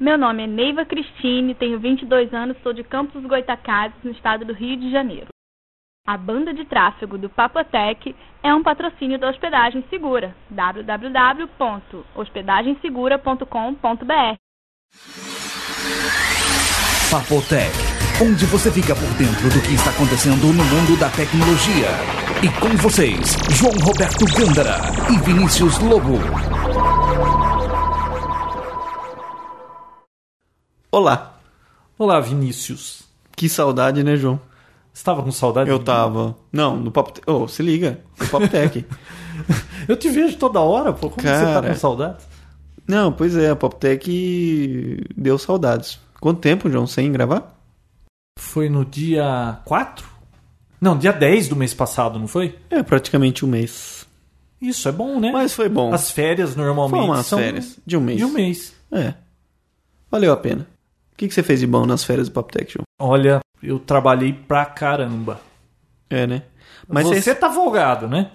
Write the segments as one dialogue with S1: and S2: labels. S1: Meu nome é Neiva Cristine, tenho 22 anos, sou de Campos dos Goitacazes, no estado do Rio de Janeiro. A banda de tráfego do Papotec é um patrocínio da Hospedagem Segura, www.hospedagensegura.com.br.
S2: Papotec, onde você fica por dentro do que está acontecendo no mundo da tecnologia. E com vocês, João Roberto Gândara e Vinícius Lobo.
S3: Olá.
S4: Olá, Vinícius.
S3: Que saudade, né, João?
S4: Você tava com saudade?
S3: Eu tava. Não, no Papo Tech. Oh, se liga. No Papo Tech.
S4: Eu te vejo toda hora, pô. Como você tá
S3: Cara.
S4: com saudade?
S3: Não, pois é, a Papo Tech deu saudades. Quanto tempo, João, sem gravar?
S4: Foi no dia 4? Não, dia 10 do mês passado, não foi?
S3: É, praticamente um mês.
S4: Isso, é bom, né?
S3: Mas foi bom.
S4: As férias normalmente
S3: Foi umas
S4: são
S3: férias de um mês.
S4: de um mês.
S3: É. Valeu a pena. O que, que você fez de bom nas férias do Papo Tech, João?
S4: Olha, eu trabalhei pra caramba.
S3: É, né? Mas
S4: você
S3: cês-
S4: tá folgado, né?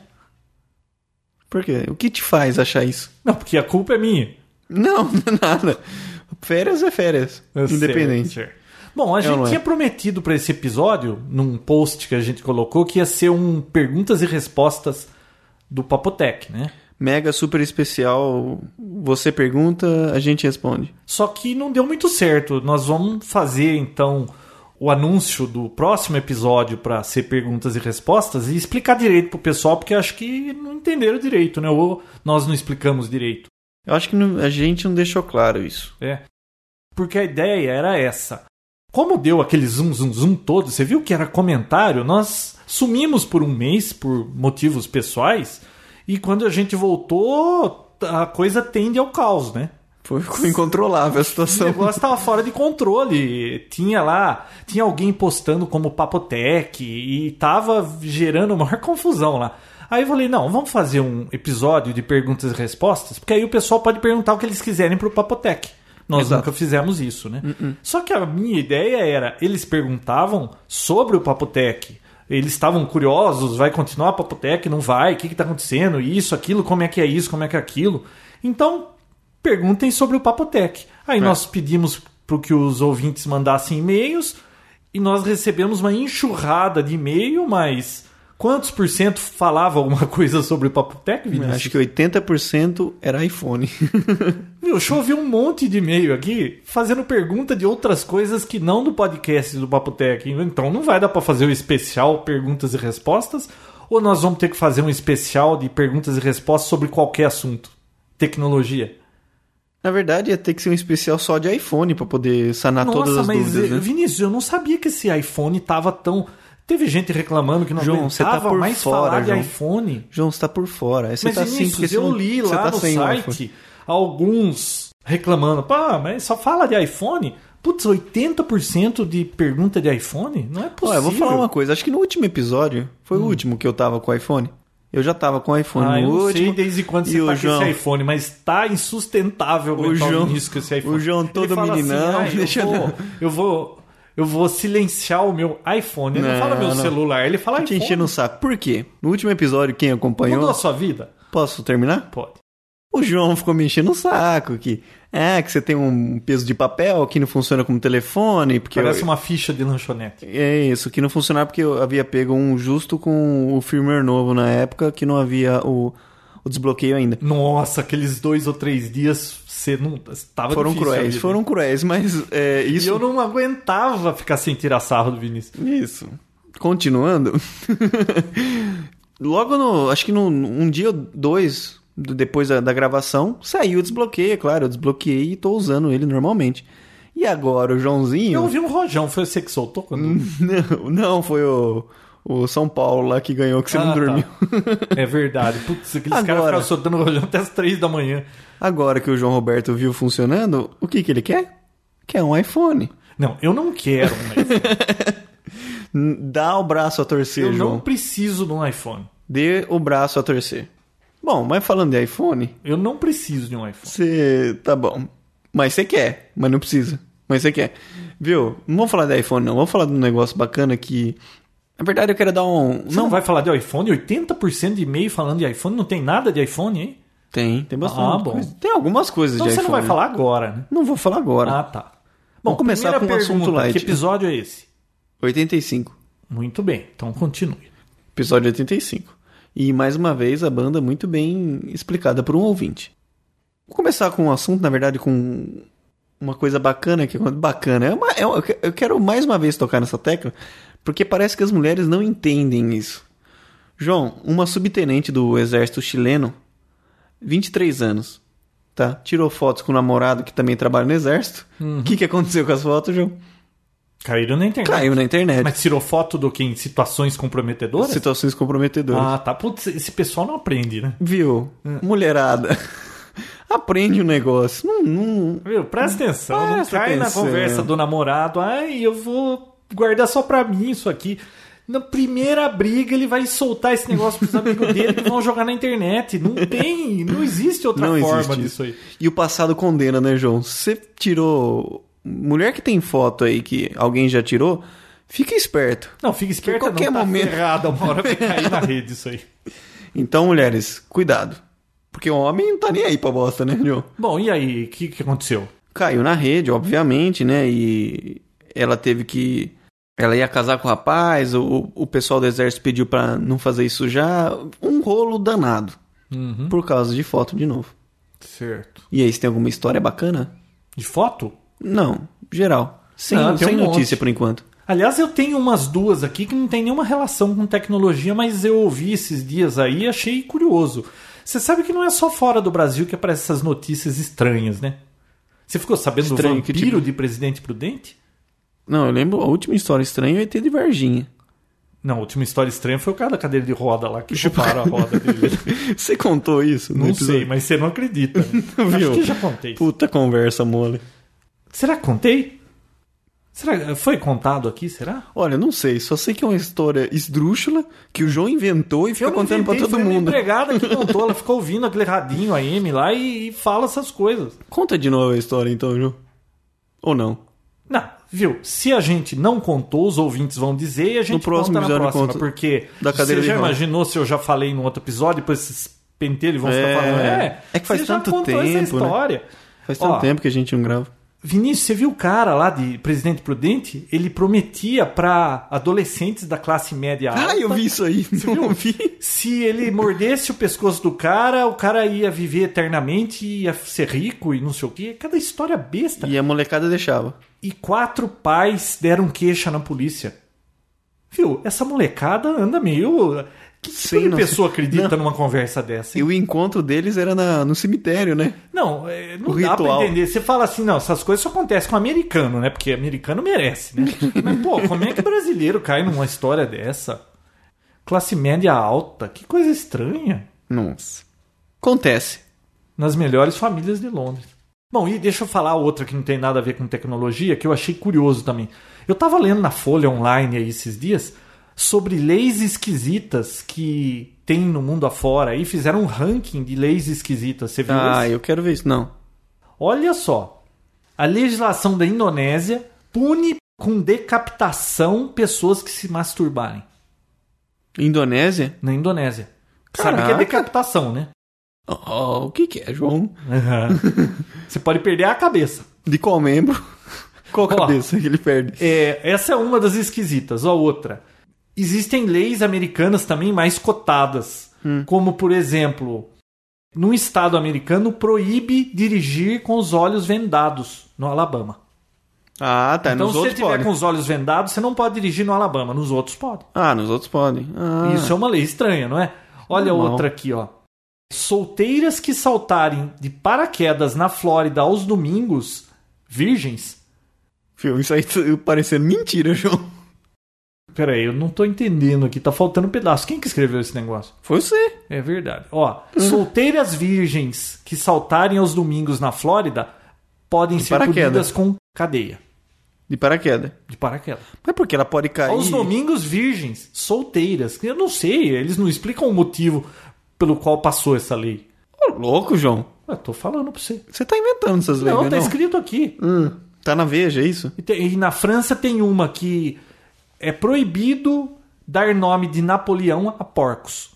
S3: Por quê? O que te faz achar isso?
S4: Não, porque a culpa é minha.
S3: Não, é nada. Férias é férias.
S4: Eu sei,
S3: independente.
S4: eu sei. Bom, a
S3: Eu não
S4: gente
S3: é.
S4: tinha prometido para esse episódio, num post que a gente colocou, que ia ser um perguntas e respostas do Papotec, né?
S3: Mega super especial. Você pergunta, a gente responde.
S4: Só que não deu muito certo. Nós vamos fazer então o anúncio do próximo episódio para ser perguntas e respostas e explicar direito pro pessoal, porque acho que não entenderam direito, né? Ou nós não explicamos direito. né?
S3: Eu acho que não- a gente não deixou claro isso.
S4: Porque a ideia era essa. Como deu aquele zoom, zoom, zoom todo, você viu que era comentário? Nós sumimos por um mês por motivos pessoais e quando a gente voltou, a coisa tende ao caos, né?
S3: Foi ficou incontrolável a
S4: O
S3: situação.
S4: negócio tava fora de controle. Tinha lá, tinha alguém postando como Papotec e tava gerando maior confusão lá. Aí eu falei, não, vamos fazer um episódio de perguntas e respostas, porque aí o pessoal pode perguntar o que eles quiserem pro Papotec. Nós
S3: Exato.
S4: nunca fizemos isso, né? Só que a minha ideia era, eles perguntavam sobre o Papotec. Eles estavam curiosos, vai continuar a Papotec, não vai, o que está acontecendo, isso, aquilo, como é que é isso, como é que é aquilo. Então, perguntem sobre o Papotec.
S3: É.
S4: Aí nós pedimos para que os ouvintes mandassem e-mails e nós recebemos uma enxurrada de e-mail, mas quantos por cento falava alguma coisa sobre o Papotec, Vinícius?
S3: Acho que 80% era iPhone.
S4: Meu, choveu um monte de e-mail aqui fazendo pergunta de outras coisas que não do podcast do Papotec. Então não vai dar pra fazer o especial perguntas e respostas ou nós vamos ter que fazer um especial de perguntas e respostas sobre qualquer assunto? Tecnologia.
S3: Na verdade, ia ter que ser um especial só de iPhone pra poder sanar todas as
S4: mas
S3: dúvidas.
S4: eh,
S3: né?
S4: Vinícius, eu não sabia que esse iPhone tava tão... Teve gente reclamando que não
S3: João, você tá
S4: aguentava
S3: por
S4: mais
S3: fora,
S4: falar de
S3: João.
S4: iPhone.
S3: João, você tá por fora. Aí Você
S4: Mas
S3: tá assim
S4: Vinícius,
S3: porque você
S4: eu
S3: não-
S4: li
S3: você
S4: lá
S3: tá
S4: no
S3: sem o
S4: site
S3: iPhone.
S4: alguns reclamando, pá, mas só fala de iPhone? Putz, 80% de pergunta de iPhone? Não é
S3: Ó,
S4: possível. Hum.
S3: eu vou falar uma coisa. Acho que no último episódio, foi o último que eu tava com o iPhone. Eu já tava com o iPhone
S4: Ah, eu
S3: no
S4: não
S3: último.
S4: sei desde quando
S3: E
S4: você
S3: o
S4: tá com
S3: João-
S4: esse iPhone, mas tá insustentável
S3: O
S4: aguentar
S3: João-
S4: Vinícius com esse iPhone.
S3: o João
S4: Ele
S3: todo
S4: fala
S3: meninão,
S4: assim, ah,
S3: deixa
S4: eu,
S3: eu-
S4: vou, eu vou... Eu vou silenciar o meu iPhone. Ele não,
S3: Não,
S4: fala meu
S3: não.
S4: celular, ele fala
S3: te
S4: iPhone.
S3: enchendo o saco. Por quê? No último episódio, quem acompanhou.
S4: Mudou a sua vida?
S3: Posso terminar?
S4: Pode.
S3: O João ficou me enchendo o saco que é que você tem um peso de papel que não funciona como telefone, porque
S4: Parece
S3: eu-
S4: uma ficha de lanchonete.
S3: é isso, que não funcionava porque eu havia pego um justo com o firmware novo na época que não havia o, o desbloqueio ainda.
S4: Nossa, aqueles dois ou três dias você não. Tava
S3: foram
S4: difícil a
S3: cruéis,
S4: vida.
S3: foram cruéis, mas é,
S4: E
S3: isso
S4: eu não aguentava ficar sem tirar sarro do Vinícius.
S3: Isso. Continuando. Logo no. Acho que no, um dia ou dois do- depois da, da gravação, saiu o desbloqueio, é claro. Eu desbloqueei e tô usando ele normalmente. E agora o Joãozinho.
S4: Eu ouvi um rojão, foi você que soltou quando.
S3: Não, não, foi o, o São Paulo lá que ganhou, que você não
S4: Ah, tá.
S3: dormiu.
S4: É verdade. Putz, aqueles caras
S3: Agora.
S4: ficaram soltando rojão até as três da manhã.
S3: Agora que o João Roberto viu funcionando, o que, que ele quer? Quer um iPhone.
S4: Não, eu não quero um iPhone.
S3: N- Dá o braço a torcer,
S4: Eu
S3: João.
S4: não preciso de um iPhone.
S3: Dê o braço a torcer. Bom, mas falando de iPhone,
S4: Eu não preciso de um iPhone.
S3: Você. Tá bom. Mas você quer, mas não precisa. Mas você quer. Viu? Não vamos falar de iPhone, não. Vamos falar de um negócio bacana que. Na verdade, eu quero dar um.
S4: Você não, vai falar de iPhone? 80% de e-mail falando de iPhone, não tem nada de iPhone, hein?
S3: Tem, tem bastante.
S4: Ah, bom.
S3: coisa. Tem algumas coisas
S4: Então
S3: de
S4: você
S3: iPhone.
S4: não vai falar agora, né?
S3: Não vou falar agora.
S4: Ah, tá.
S3: Vamos começar
S4: primeira
S3: com um assunto
S4: pergunta,
S3: light.
S4: Que episódio é esse?
S3: 85.
S4: Muito bem, então continue.
S3: Episódio 85. E mais uma vez a banda muito bem explicada por um ouvinte. Vou começar com um assunto, na verdade, com uma coisa bacana que bacana. É uma, é uma- eu quero mais uma vez tocar nessa tecla, porque parece que as mulheres não entendem isso. João, uma subtenente do exército chileno, 23 anos, tá? Tirou fotos com o namorado que também trabalha no exército. O que, que aconteceu com as fotos, João?
S4: Caíram na internet.
S3: Caiu na internet.
S4: Mas tirou foto do que em situações comprometedoras?
S3: Situações comprometedoras.
S4: Ah, tá. Putz, esse pessoal não aprende, né?
S3: Viu? Mulherada. Aprende o negócio. Não, não...
S4: Meu, presta atenção, não
S3: Presta
S4: cai
S3: atenção.
S4: na conversa do namorado. Ai, eu vou guardar só pra mim isso aqui. Na primeira briga, ele vai soltar esse negócio pros amigos dele que vão jogar na internet. Não tem, não existe outra
S3: Não
S4: forma
S3: existe
S4: disso aí.
S3: E o passado condena, né, João? Você tirou. Mulher que tem foto aí que alguém já tirou, fica esperto.
S4: Não, fica esperta,
S3: Porque qualquer
S4: não, tá
S3: momento-
S4: ferrada, uma hora vai cair na rede isso aí.
S3: Então, mulheres, cuidado. Porque o homem não tá nem aí pra bosta, né, João?
S4: Bom, e aí, o que, que aconteceu?
S3: Caiu na rede, obviamente, né? E ela teve que. Ela ia casar com o rapaz, o, o pessoal do exército pediu pra não fazer isso já. Um rolo danado.
S4: Uhum.
S3: Por causa de foto de novo.
S4: Certo.
S3: E aí, você tem alguma história bacana?
S4: De foto?
S3: Não, geral. Sem,
S4: Ah, tem
S3: sem
S4: um
S3: notícia
S4: monte.
S3: por enquanto.
S4: Aliás, eu tenho umas duas aqui que não tem nenhuma relação com tecnologia, mas eu ouvi esses dias aí e achei curioso. Você sabe que não é só fora do Brasil que aparecem essas notícias estranhas, né? Você ficou sabendo
S3: Estranho,
S4: do
S3: que
S4: vampiro
S3: tipo?
S4: de Presidente Prudente?
S3: Não, eu lembro a última história estranha é ET de Varginha.
S4: Não, a última história estranha foi o cara da cadeira de roda lá, que
S3: Chupa-
S4: chuparam a roda dele.
S3: Você contou isso? no
S4: Não
S3: episódio?
S4: sei, mas você não acredita.
S3: Viu?
S4: Né? Acho que eu já contei. isso.
S3: Puta conversa mole.
S4: Será que contei? Será foi contado aqui, será?
S3: Olha, não sei, só sei que é uma história esdrúxula que o João inventou e fica
S4: não
S3: contando pra
S4: inventei,
S3: todo
S4: foi minha
S3: mundo.
S4: empregada que contou, ela ficou ouvindo aquele radinho AM lá e, e fala essas coisas.
S3: Conta de novo a história então, João. Ou não?
S4: Não, viu? Se a gente não contou, os ouvintes vão dizer e a gente
S3: No próximo
S4: conta na
S3: episódio
S4: próxima,
S3: conta.
S4: porque
S3: Da cadeira
S4: você
S3: de
S4: já
S3: roda.
S4: imaginou se eu já falei no outro episódio, depois esses pentelhos vão
S3: É,
S4: ficar falando, é,
S3: é que faz
S4: você
S3: tanto
S4: já contou
S3: tempo,
S4: essa história.
S3: Faz
S4: Ó,
S3: tanto tempo que a gente não grava.
S4: Vinícius, você viu o cara lá de Presidente Prudente? Ele prometia pra adolescentes da classe média alta
S3: Ah, eu vi isso aí. Não vi.
S4: se ele mordesse o pescoço do cara, o cara ia viver eternamente, ia ser rico e não sei o quê. Cada história besta.
S3: E a molecada deixava.
S4: E quatro pais deram queixa na polícia. Viu? Essa molecada anda meio. Que tipo
S3: Sim,
S4: de
S3: não
S4: pessoa acredita
S3: Não.
S4: numa conversa dessa?
S3: E o encontro deles era na- no cemitério, né?
S4: Não, é, não
S3: O
S4: dá
S3: ritual.
S4: pra entender. Você fala assim, não, essas coisas só acontecem com americano, né? Porque americano merece, né? Mas, pô, como é que brasileiro cai numa história dessa? Classe média alta, que coisa estranha.
S3: Nossa. Acontece.
S4: nas melhores famílias de Londres. Bom, e deixa eu falar outra que não tem nada a ver com tecnologia, que eu achei curioso também. Eu tava lendo na Folha Online aí esses dias sobre leis esquisitas que tem no mundo afora e fizeram um ranking de leis esquisitas. Você viu
S3: Ah,
S4: esse?
S3: eu quero ver isso. Não.
S4: Olha só. A legislação da Indonésia pune com decapitação pessoas que se masturbarem
S3: Indonésia?
S4: na Indonésia. Sabe que
S3: Caraca.
S4: é decapitação, né?
S3: Oh, o que que é, João?
S4: Você pode perder a cabeça.
S3: De qual membro? Qual
S4: Ó.
S3: cabeça que ele perde?
S4: É, essa é uma das esquisitas. A outra. Existem leis americanas também mais cotadas.
S3: Hum.
S4: Como, por exemplo, num estado americano proíbe dirigir com os olhos vendados no Alabama.
S3: Ah, tá.
S4: então,
S3: nos
S4: se você
S3: outros
S4: tiver
S3: podem.
S4: com os olhos vendados, você não pode dirigir no Alabama. Nos outros pode.
S3: Ah, nos outros podem. Ah,
S4: Isso é uma lei estranha, não é? Olha
S3: Normal.
S4: outra aqui, ó. Solteiras que saltarem de paraquedas na Flórida aos domingos, virgens,
S3: Fio, isso aí tá parecendo mentira, João.
S4: Peraí, eu não tô entendendo aqui, tá faltando um pedaço. Quem que escreveu esse negócio?
S3: Foi você.
S4: É verdade. Ó, solteiras virgens que saltarem aos domingos na Flórida podem ser
S3: paraquedas.
S4: punidas com cadeia
S3: De paraquedas.
S4: de paraquedas.
S3: Mas porque ela pode cair.
S4: Aos domingos virgens, solteiras. Eu não sei, eles não explicam o motivo pelo qual passou essa lei.
S3: Ô, louco, João.
S4: Eu tô falando pra você.
S3: Você tá inventando essas leis,
S4: Não,
S3: né,
S4: tá escrito aqui.
S3: Hum, tá na veja, é isso?
S4: E, tem- e na França tem uma que é proibido dar nome de Napoleão a porcos.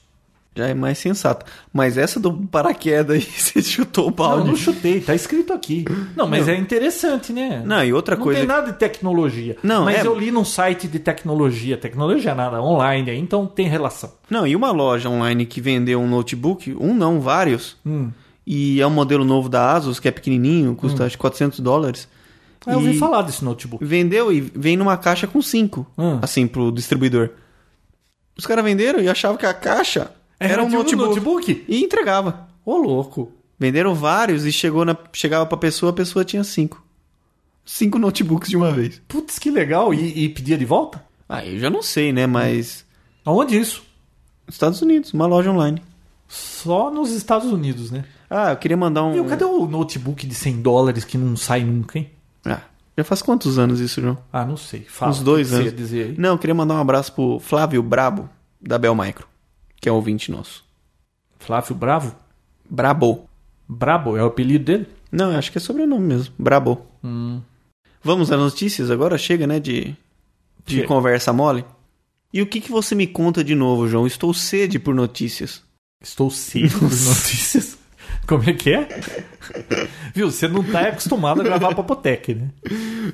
S3: Já é mais sensato. Mas essa do paraquedas aí, você chutou o
S4: Não, eu
S3: balde.
S4: não chutei, tá escrito aqui. Não, mas
S3: Não.
S4: é interessante, né?
S3: Não, e outra
S4: Não
S3: coisa
S4: tem nada de tecnologia.
S3: Não,
S4: mas
S3: é-
S4: eu li num site de tecnologia. Tecnologia é nada, online aí, então tem relação.
S3: Não, e uma loja online que vendeu um notebook, um não, vários, e é um modelo novo da Asus, que é pequenininho, custa acho que 400 dólares.
S4: Ah, Hum. Eu
S3: e
S4: ouvi falar desse notebook.
S3: Vendeu e vem numa caixa com cinco,
S4: Hum.
S3: assim, pro distribuidor. Os caras venderam e achavam que a caixa era, um
S4: de
S3: notebook,
S4: tipo notebook?
S3: E entregava.
S4: Ô, louco.
S3: Venderam vários e chegou na, chegava pra pessoa, a pessoa tinha cinco. Cinco notebooks de uma vez.
S4: Putz, que legal. E, e pedia de volta?
S3: Ah, eu já não sei, né? Mas.
S4: Aonde isso?
S3: Estados Unidos, uma loja online.
S4: Só nos Estados Unidos, né?
S3: Ah, eu queria mandar um.
S4: Meu, cadê o notebook de 100 dólares que não sai nunca, hein?
S3: Ah, já faz quantos anos isso, João?
S4: Ah, não sei. Fala.
S3: Uns dois
S4: o que você
S3: anos.
S4: ia dizer aí?
S3: Não, eu queria mandar um abraço pro Flávio Brabo, da Bel Micro, que é um ouvinte nosso.
S4: Flávio Bravo?
S3: Brabo.
S4: Brabo é o apelido dele?
S3: Não, eu acho que é sobrenome mesmo. Brabo.
S4: Hum.
S3: Vamos às notícias agora? Chega, né, de, de
S4: Chega.
S3: conversa mole. E o que, que você me conta de novo, João? Estou sede por notícias.
S4: Estou cedo por notícias. Como é que é? Viu, você não tá acostumado a gravar Papotec, né?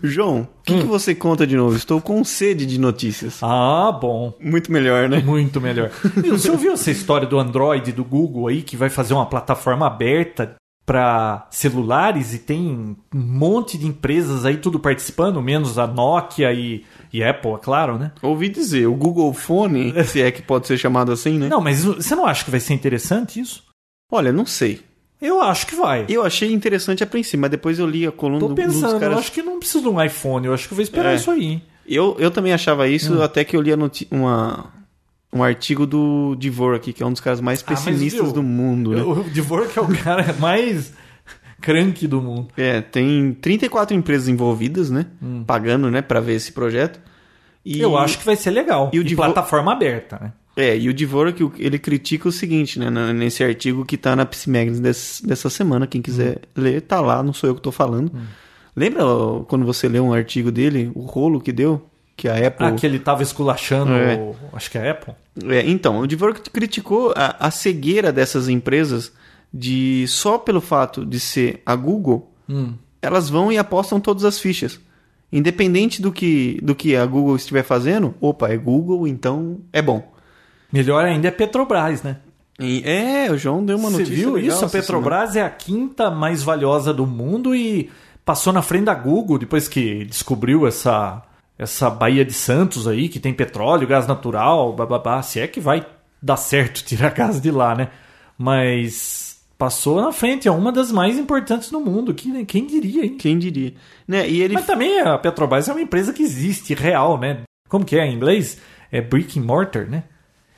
S3: João, o
S4: Hum.
S3: que, que você conta de novo? Estou com sede de notícias.
S4: Ah, bom.
S3: Muito melhor, né?
S4: Muito melhor. Viu, você ouviu essa história do Android do Google aí que vai fazer uma plataforma aberta para celulares e tem um monte de empresas aí tudo participando, menos a Nokia e, e Apple, é claro, né?
S3: Ouvi dizer, o Google Phone, se é que pode ser chamado assim, né?
S4: Não, mas você não acha que vai ser interessante isso?
S3: Olha, não sei.
S4: Eu acho que vai.
S3: Eu achei interessante a princípio, mas depois eu li a coluna
S4: Tô
S3: um do-
S4: pensando,
S3: dos caras.
S4: eu acho que não preciso de um iPhone, eu acho que eu vou esperar
S3: É.
S4: isso aí. hein?
S3: Eu, eu também achava isso, até que eu li a noti- uma, um artigo do Divor aqui, que é um dos caras mais
S4: Ah, mas
S3: pessimistas
S4: viu?
S3: do mundo, né?
S4: O Dvork é o cara mais crank do mundo.
S3: É, tem 34 empresas envolvidas, né? Pagando, né, pra ver esse projeto. E,
S4: Eu acho que vai ser legal.
S3: E
S4: E,
S3: o Dvo-
S4: plataforma aberta, né?
S3: É, e o Divor que o- ele critica o seguinte, né? na- Nesse artigo que tá na Psy Magazine des- dessa semana, quem quiser ler, tá lá, não sou eu que tô falando. Lembra ó, quando você leu um artigo dele, o rolo que deu? Que a Apple.
S4: Ah, que ele tava esculachando,
S3: É.
S4: o- acho que é a Apple.
S3: É, então, o Dvorak criticou a, a cegueira dessas empresas de só pelo fato de ser a Google, elas vão e apostam todas as fichas. Independente do que, do que a Google estiver fazendo, opa, é Google, então é bom.
S4: Melhor ainda é Petrobras, né?
S3: E- é, o João deu uma
S4: Você
S3: notícia.
S4: viu
S3: legal
S4: isso? A
S3: essa
S4: Petrobras é a quinta mais valiosa do mundo e passou na frente da Google depois que descobriu essa essa Baía de Santos aí que tem petróleo, gás natural, bababá. Se é que vai dar certo tirar gás de lá, né? Mas passou na frente, é uma das mais importantes do mundo. Que, né, quem diria, hein?
S3: semana. Quem diria? Né? E ele.
S4: Mas tá- também a Petrobras é uma empresa que existe, real, né? Como que é em inglês? É brick and mortar, né?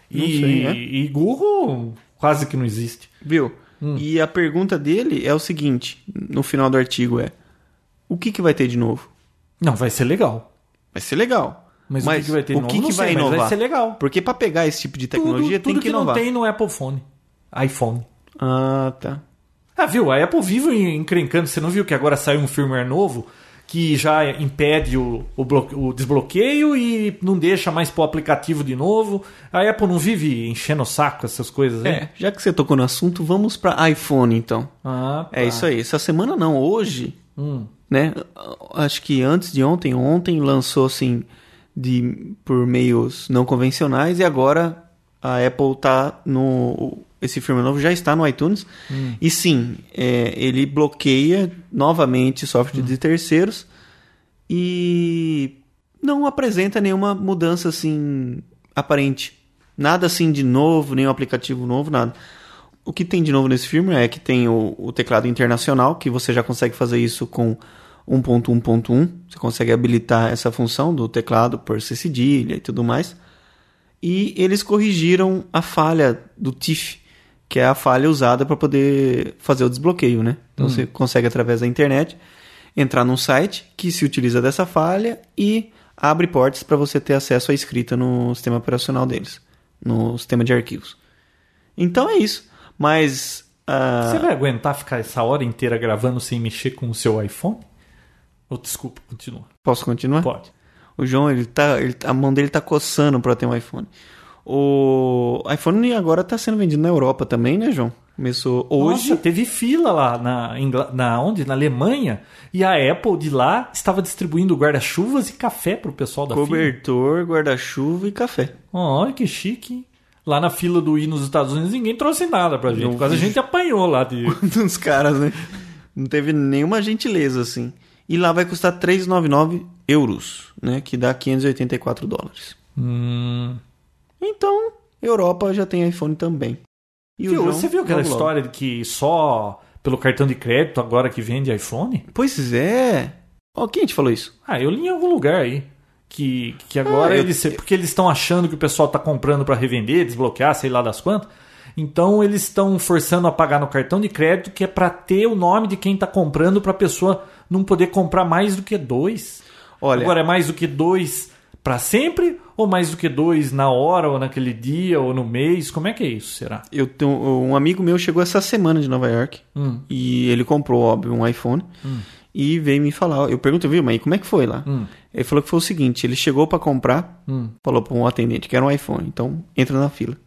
S3: Não
S4: E,
S3: sei, né?
S4: e Google quase que não existe.
S3: Viu? E a pergunta dele é o seguinte: no final do artigo é: O que, que vai ter de novo?
S4: Não, vai ser legal.
S3: Vai ser legal.
S4: Mas, o que, que vai ter
S3: o
S4: novo?
S3: que
S4: não
S3: que
S4: sei,
S3: vai
S4: mas
S3: inovar?
S4: vai ser legal.
S3: Porque pra pegar esse tipo de tecnologia
S4: tudo,
S3: tem
S4: tudo
S3: que inovar.
S4: não tem no Apple Phone. iPhone.
S3: Ah, tá.
S4: Ah, viu? A Apple vive encrencando. Você não viu que agora saiu um firmware novo que já impede o, o bloque- o desbloqueio e não deixa mais pôr o aplicativo de novo. A Apple não vive enchendo o saco essas coisas,
S3: É,
S4: né?
S3: já que você tocou no assunto, vamos pra iPhone então.
S4: Ah,
S3: É isso aí. Essa semana não, hoje,
S4: Hum.
S3: né? Acho que antes de ontem, ontem lançou assim de por meios não convencionais e agora a Apple tá no esse firmware novo já está no iTunes
S4: Hum.
S3: e sim é, ele bloqueia novamente software
S4: Hum.
S3: de terceiros e não apresenta nenhuma mudança assim aparente. Nada assim de novo, nenhum aplicativo novo, nada. O que tem de novo nesse firmware é que tem o, o teclado internacional, que você já consegue fazer isso com 1.1.1. Você consegue habilitar essa função do teclado por ser cedilha e tudo mais. E eles corrigiram a falha do TIFF, que é a falha usada para poder fazer o desbloqueio, né?
S4: Hum.
S3: Então você consegue através da internet entrar num site que se utiliza dessa falha e abre portas para você ter acesso à escrita no sistema operacional deles, no sistema de arquivos. Então é isso. Mas ah,
S4: Você vai aguentar ficar essa hora inteira gravando sem mexer com o seu iPhone? Ou desculpa, continua.
S3: posso continuar?
S4: Pode.
S3: O João, ele tá, ele- a mão dele tá coçando para ter um iPhone. O iPhone agora tá sendo vendido na Europa também, né, João? Começou hoje.
S4: Nossa, tá teve fila lá na, Ingla- na onde? Na Alemanha. E a Apple de lá estava distribuindo guarda-chuvas e café pro pessoal da fila.
S3: cobertor, guarda-chuva e café.
S4: Ó, Olha que chique. hein? Lá na fila do I nos Estados Unidos ninguém trouxe nada pra gente.
S3: Não
S4: Quase a gente apanhou lá de.
S3: dos caras, né? Não teve nenhuma gentileza, assim. E lá vai custar 399 euros, né? Que dá 584 dólares.
S4: Hum.
S3: Então, Europa já tem iPhone também. E o
S4: Viu,
S3: João-
S4: você viu aquela
S3: logo, logo.
S4: história de que só pelo cartão de crédito agora que vende iPhone?
S3: Pois é. Ó, quem te falou isso?
S4: Ah, eu li em algum lugar aí. Que, que agora
S3: Ah, eu-
S4: eles. Porque eles estão achando que o pessoal tá comprando pra revender, desbloquear, sei lá das quantas. Então eles estão forçando a pagar no cartão de crédito, que é pra ter o nome de quem tá comprando, pra pessoa não poder comprar mais do que dois.
S3: Olha,
S4: Agora é mais do que dois pra sempre? Ou mais do que dois na hora, ou naquele dia, ou no mês? Como é que é isso, será?
S3: eu tenho, um amigo meu chegou essa semana de Nova York.
S4: Hum.
S3: E ele comprou, óbvio, um iPhone. E veio me falar. Eu perguntei, viu, mas como é que foi lá?
S4: Hum.
S3: Ele falou que foi o seguinte: ele chegou pra comprar,
S4: Hum.
S3: falou pra um atendente que era um iPhone, então entra na fila.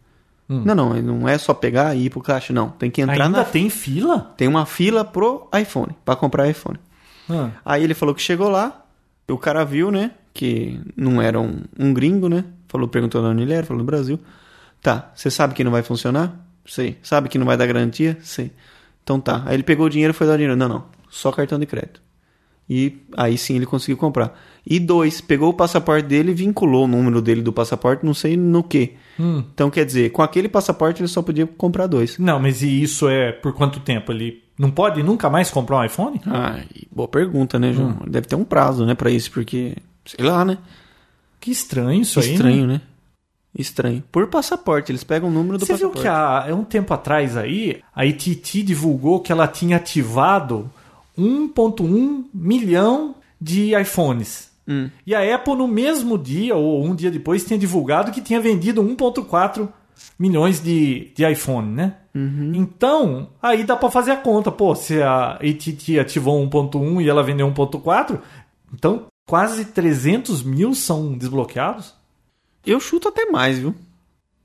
S4: Hum.
S3: Não, não, não é só pegar e ir pro caixa, não. Tem que entrar
S4: Ainda
S3: na.
S4: tem fila?
S3: Tem uma fila pro iPhone, pra comprar iPhone.
S4: Ah,
S3: Aí ele falou que chegou lá, o cara viu, né? Que não era um, um gringo, né? Falou, perguntou de onde ele era, falou do Brasil. Tá, você sabe que não vai funcionar? Sei. Sabe que não vai dar garantia? Sei. Então tá. Aí ele pegou o dinheiro e foi dar o dinheiro. Não, não. Só cartão de crédito. E aí sim ele conseguiu comprar. E dois, pegou o passaporte dele e vinculou o número dele do passaporte, não sei no que.
S4: hum.
S3: Então quer dizer, com aquele passaporte ele só podia comprar dois.
S4: Não, mas e isso é por quanto tempo? Ele não pode nunca mais comprar um iPhone?
S3: Ah, e boa pergunta, né, João? Deve ter um prazo, né, pra isso, porque. Sei lá, né?
S4: Que estranho isso aí. né?
S3: Estranho, né? Estranho. Por passaporte, eles pegam o número do
S4: Você viu
S3: passaporte.
S4: que há é um tempo atrás aí, a ITT divulgou que ela tinha ativado 1.1 milhão de iPhones.
S3: Hum.
S4: E a Apple, no mesmo dia, ou um dia depois, tinha divulgado que tinha vendido 1,4 milhões de, de iPhone, né?
S3: Uhum.
S4: Então, aí dá pra fazer a conta. Pô, se a AT&T ativou 1.1 e ela vendeu 1.4, então quase 300 mil são desbloqueados.
S3: Eu chuto até mais, viu?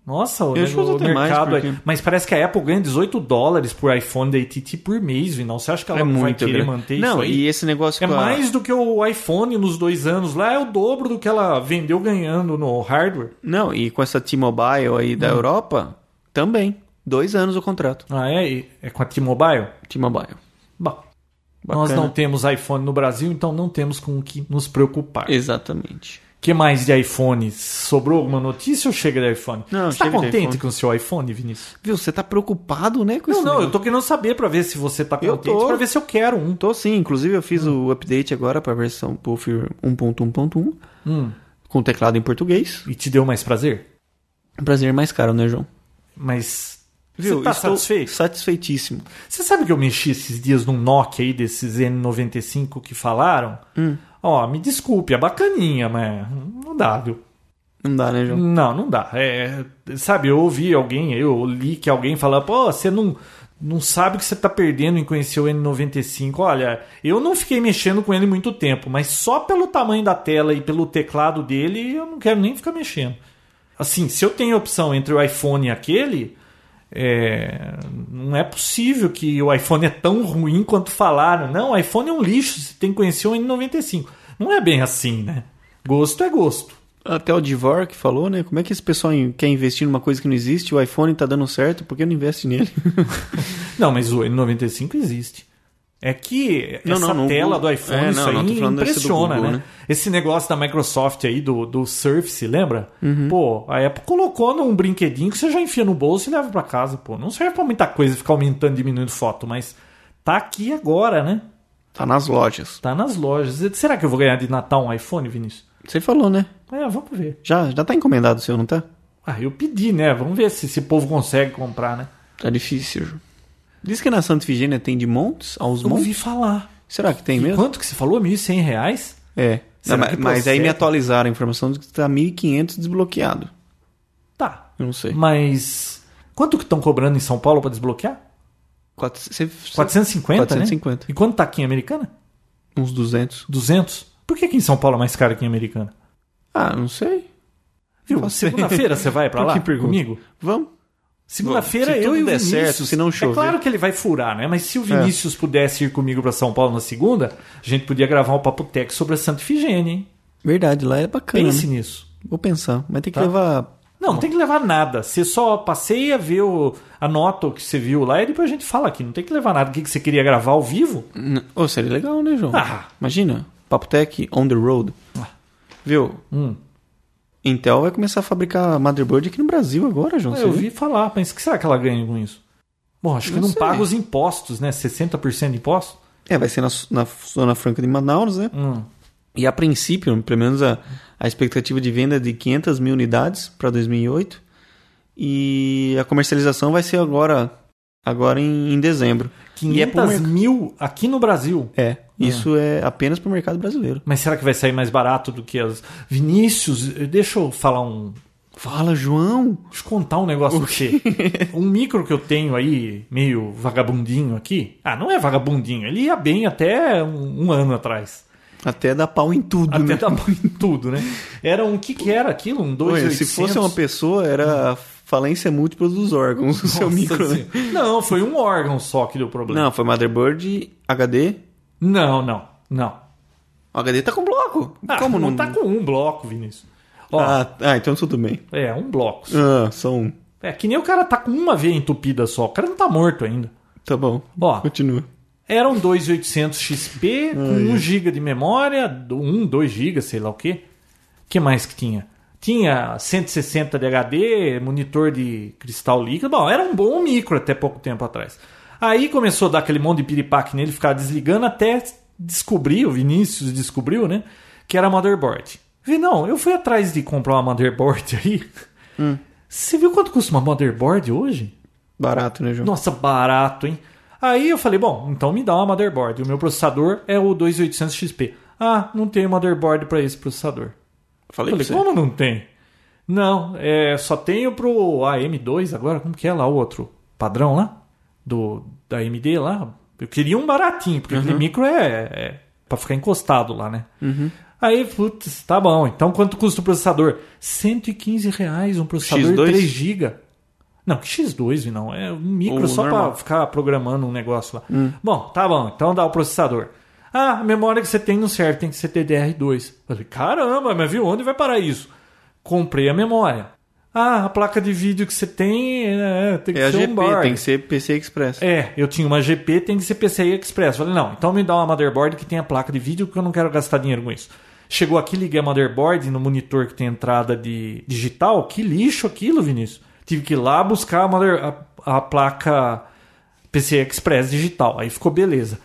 S4: Nossa, o,
S3: Eu
S4: né,
S3: acho que
S4: o
S3: tem mais,
S4: mercado
S3: porque-
S4: aí. Mas parece que a Apple ganha 18 dólares por iPhone da AT&T por mês, Vinão. Você acha que ela não Então, vai querer
S3: É grande.
S4: manter
S3: né? Não,
S4: isso aí?
S3: e esse negócio
S4: É
S3: com a-
S4: mais do que o iPhone nos dois anos lá, é o dobro do que ela vendeu ganhando no hardware.
S3: Não, e com essa T-Mobile aí
S4: Hum.
S3: da Europa, também. Dois anos o contrato.
S4: Ah, é? E É com a T-Mobile?
S3: T-Mobile.
S4: Bom,
S3: Bacana.
S4: nós não temos iPhone no Brasil, então não temos com o que nos preocupar.
S3: Exatamente.
S4: que mais de iPhone? Sobrou alguma notícia ou chega de iPhone?
S3: Não,
S4: Você tá
S3: chega de
S4: contente
S3: iPhone.
S4: com o seu iPhone, Vinícius?
S3: Viu, você tá preocupado, né, com
S4: Não,
S3: isso?
S4: não, eu tô querendo saber pra ver se você tá
S3: Eu
S4: contente,
S3: tô.
S4: pra ver se eu quero um.
S3: Tô sim, inclusive eu fiz o update agora pra versão um Puffer 1.1.1
S4: Hum.
S3: com teclado em português.
S4: E te deu mais prazer?
S3: Prazer mais caro, né, João?
S4: Mas.
S3: Viu,
S4: você tá
S3: estou
S4: satisfeito?
S3: Satisfeitíssimo.
S4: Você sabe que eu mexi esses dias num Nokia aí desses N95 que falaram?
S3: Hum.
S4: Ó, me desculpe, é bacaninha, mas não dá, viu?
S3: Não dá, né, João?
S4: Não, não dá. É, sabe, eu ouvi alguém, eu li que alguém fala, pô, você não, não sabe o que você tá perdendo em conhecer o N95. Olha, eu não fiquei mexendo com ele muito tempo, mas só pelo tamanho da tela e pelo teclado dele, eu não quero nem ficar mexendo. Assim, se eu tenho a opção entre o iPhone e aquele, é, não é possível que o iPhone é tão ruim quanto falaram. Não, o iPhone é um lixo, você tem que conhecer o N95. Não é bem assim, né? Gosto é gosto.
S3: Até o Divor que falou, né? Como é que esse pessoal in- quer investir numa coisa que não existe? O iPhone tá dando certo, por que não investe nele?
S4: Não, mas o N95 existe. É que
S3: Não,
S4: essa
S3: não, no
S4: tela
S3: Google-
S4: do iPhone,
S3: É, não,
S4: isso aí
S3: não, tô falando desse do
S4: impressiona,
S3: Google,
S4: né?
S3: né?
S4: Esse negócio da Microsoft aí, do, do Surface, lembra?
S3: Uhum.
S4: Pô, a Apple colocou num brinquedinho que você já enfia no bolso e leva pra casa, pô. Não serve pra muita coisa ficar aumentando e diminuindo foto, mas tá aqui agora, né?
S3: tá nas lojas.
S4: Tá nas lojas. Será que eu vou ganhar de Natal um iPhone, Vinícius?
S3: Você falou, né?
S4: É, vamos ver.
S3: Já, já tá encomendado o seu, não tá?
S4: Ah, eu pedi, né? Vamos ver se esse povo consegue comprar, né?
S3: Tá difícil, João. Diz que na Santa Ifigênia tem de montes aos
S4: Eu
S3: montes.
S4: ouvi falar.
S3: Será que tem mesmo?
S4: Quanto que você falou? R$ 1.100 reais?
S3: É.
S4: Será
S3: Não,
S4: que
S3: mas, mas aí
S4: procede?
S3: me atualizaram a informação de que tá 1.500 desbloqueado.
S4: Tá,
S3: Eu não sei.
S4: Mas quanto que estão cobrando em São Paulo para desbloquear?
S3: Quatro- cê- cê-
S4: 450, né?
S3: 450.
S4: E quanto tá aqui em Americana?
S3: Uns 200.
S4: 200. Por que que em São Paulo é mais caro que em Americana?
S3: Ah, não sei.
S4: Viu?
S3: Você-
S4: Segunda-feira você vai pra
S3: Por
S4: lá
S3: que pergunta?
S4: comigo?
S3: Vamos?
S4: Segunda-feira
S3: Se
S4: eu
S3: tudo
S4: e o
S3: der
S4: Vinícius.
S3: certo, se não
S4: É
S3: chover. É.
S4: claro que ele vai furar, né? Mas se o Vinícius pudesse ir comigo pra São Paulo na segunda, a gente podia gravar um papo tech sobre a Santa Ifigênia, hein?
S3: Verdade, lá é bacana.
S4: Pense
S3: né?
S4: nisso.
S3: Vou pensar. Mas tem que
S4: Tá.
S3: levar.
S4: Não, não tem que levar nada. Você só passeia, vê o, anota o que você viu lá e depois a gente fala aqui. Não tem que levar nada. O que que você queria gravar ao vivo?
S3: N- Ô, seria legal, né, João?
S4: Ah.
S3: Imagina. Papotec on the road.
S4: Ah.
S3: Viu?
S4: Hum.
S3: Intel vai começar a fabricar motherboard aqui no Brasil agora, João. você
S4: Ah, eu
S3: viu?
S4: vi falar, mas o que será que ela ganha com isso? Bom, acho que
S3: Não
S4: não
S3: sei.
S4: paga os impostos, né? 60% de impostos?
S3: É, vai ser na, na Zona Franca de Manaus, né?
S4: Hum.
S3: E a princípio, pelo menos a, a expectativa de venda é de 500 mil unidades para 2008. E a comercialização vai ser agora, agora em, em dezembro. E é pro
S4: 500
S3: merc-
S4: mil aqui no Brasil.
S3: É,
S4: Ah.
S3: isso é apenas para o mercado brasileiro.
S4: Mas será que vai sair mais barato do que as. Vinícius, Eh, deixa eu falar um.
S3: Fala, João!
S4: Deixa eu contar um negócio pra você. Um micro que eu tenho aí, meio vagabundinho aqui. Ah, não é vagabundinho. Ele ia bem até um, um ano atrás.
S3: Até dá pau em tudo,
S4: Até
S3: né?
S4: dá bom em tudo, né? Era um. O que, que era aquilo? Um
S3: Olha,
S4: 2,800?
S3: se fosse uma pessoa, era a falência múltipla dos órgãos, o seu
S4: Nossa
S3: micro, né?
S4: Senhora. Não, foi um órgão só que deu problema.
S3: Não, foi motherboard, HD.
S4: Não, não, não.
S3: O HD tá com bloco.
S4: Ah,
S3: Como não?
S4: tá com um bloco, Vinícius? Ó,
S3: Ah, ah, então tudo bem.
S4: é, um bloco. só.
S3: Ah, só um.
S4: É que nem o cara tá com uma veia entupida só. O cara não tá morto ainda.
S3: Tá bom.
S4: Ó.
S3: Continua.
S4: Era um 2800 XP com 1 GB de memória, 1, 2 GB, sei lá o quê. que mais que tinha? Tinha 160 de HD, monitor de cristal líquido. Bom, era um bom micro até pouco tempo atrás. Aí começou a dar aquele monte de piripaque nele, ficar desligando até descobrir, o Vinícius descobriu, né? Que era motherboard. Vi, não, eu fui atrás de comprar uma motherboard aí. Você viu quanto custa uma motherboard hoje?
S3: Barato, né, João?
S4: Nossa, barato, hein? Aí eu falei, bom, então me dá uma motherboard. O meu processador é o 2800 XP. Ah, não tem motherboard para esse processador. Eu
S3: Falei pra
S4: falei,
S3: você.
S4: como não tem? Não, é, só tenho pro AM2 agora, como que é lá o outro padrão lá? Do, da AMD lá. Eu queria um baratinho, porque aquele micro é, é para ficar encostado lá, né? Aí, putz, tá bom. Então quanto custa o processador? 115 reais um processador
S3: X2?
S4: 3 GB. Não, que X2, não. É um micro
S3: O
S4: só para
S3: normal. Hum.
S4: ficar programando um negócio lá. Bom, tá bom, então dá o processador. Ah, a memória que você tem não serve, tem que ser DDR2. Falei, caramba, mas viu, onde vai parar isso? Comprei a memória. Ah, a placa de vídeo que você tem é, tem que
S3: É a
S4: ser
S3: GP,
S4: um board.
S3: tem que ser PC Express.
S4: É, eu tinha uma GP, tem que ser PCI Express. Falei, não, então me dá uma motherboard que tenha placa de vídeo, porque eu não quero gastar dinheiro com isso. Chegou aqui, liguei a motherboard no monitor que tem entrada de digital. Que lixo aquilo, Vinícius. Tive que ir lá buscar a, mother- a- a placa PCI Express digital. Aí ficou beleza.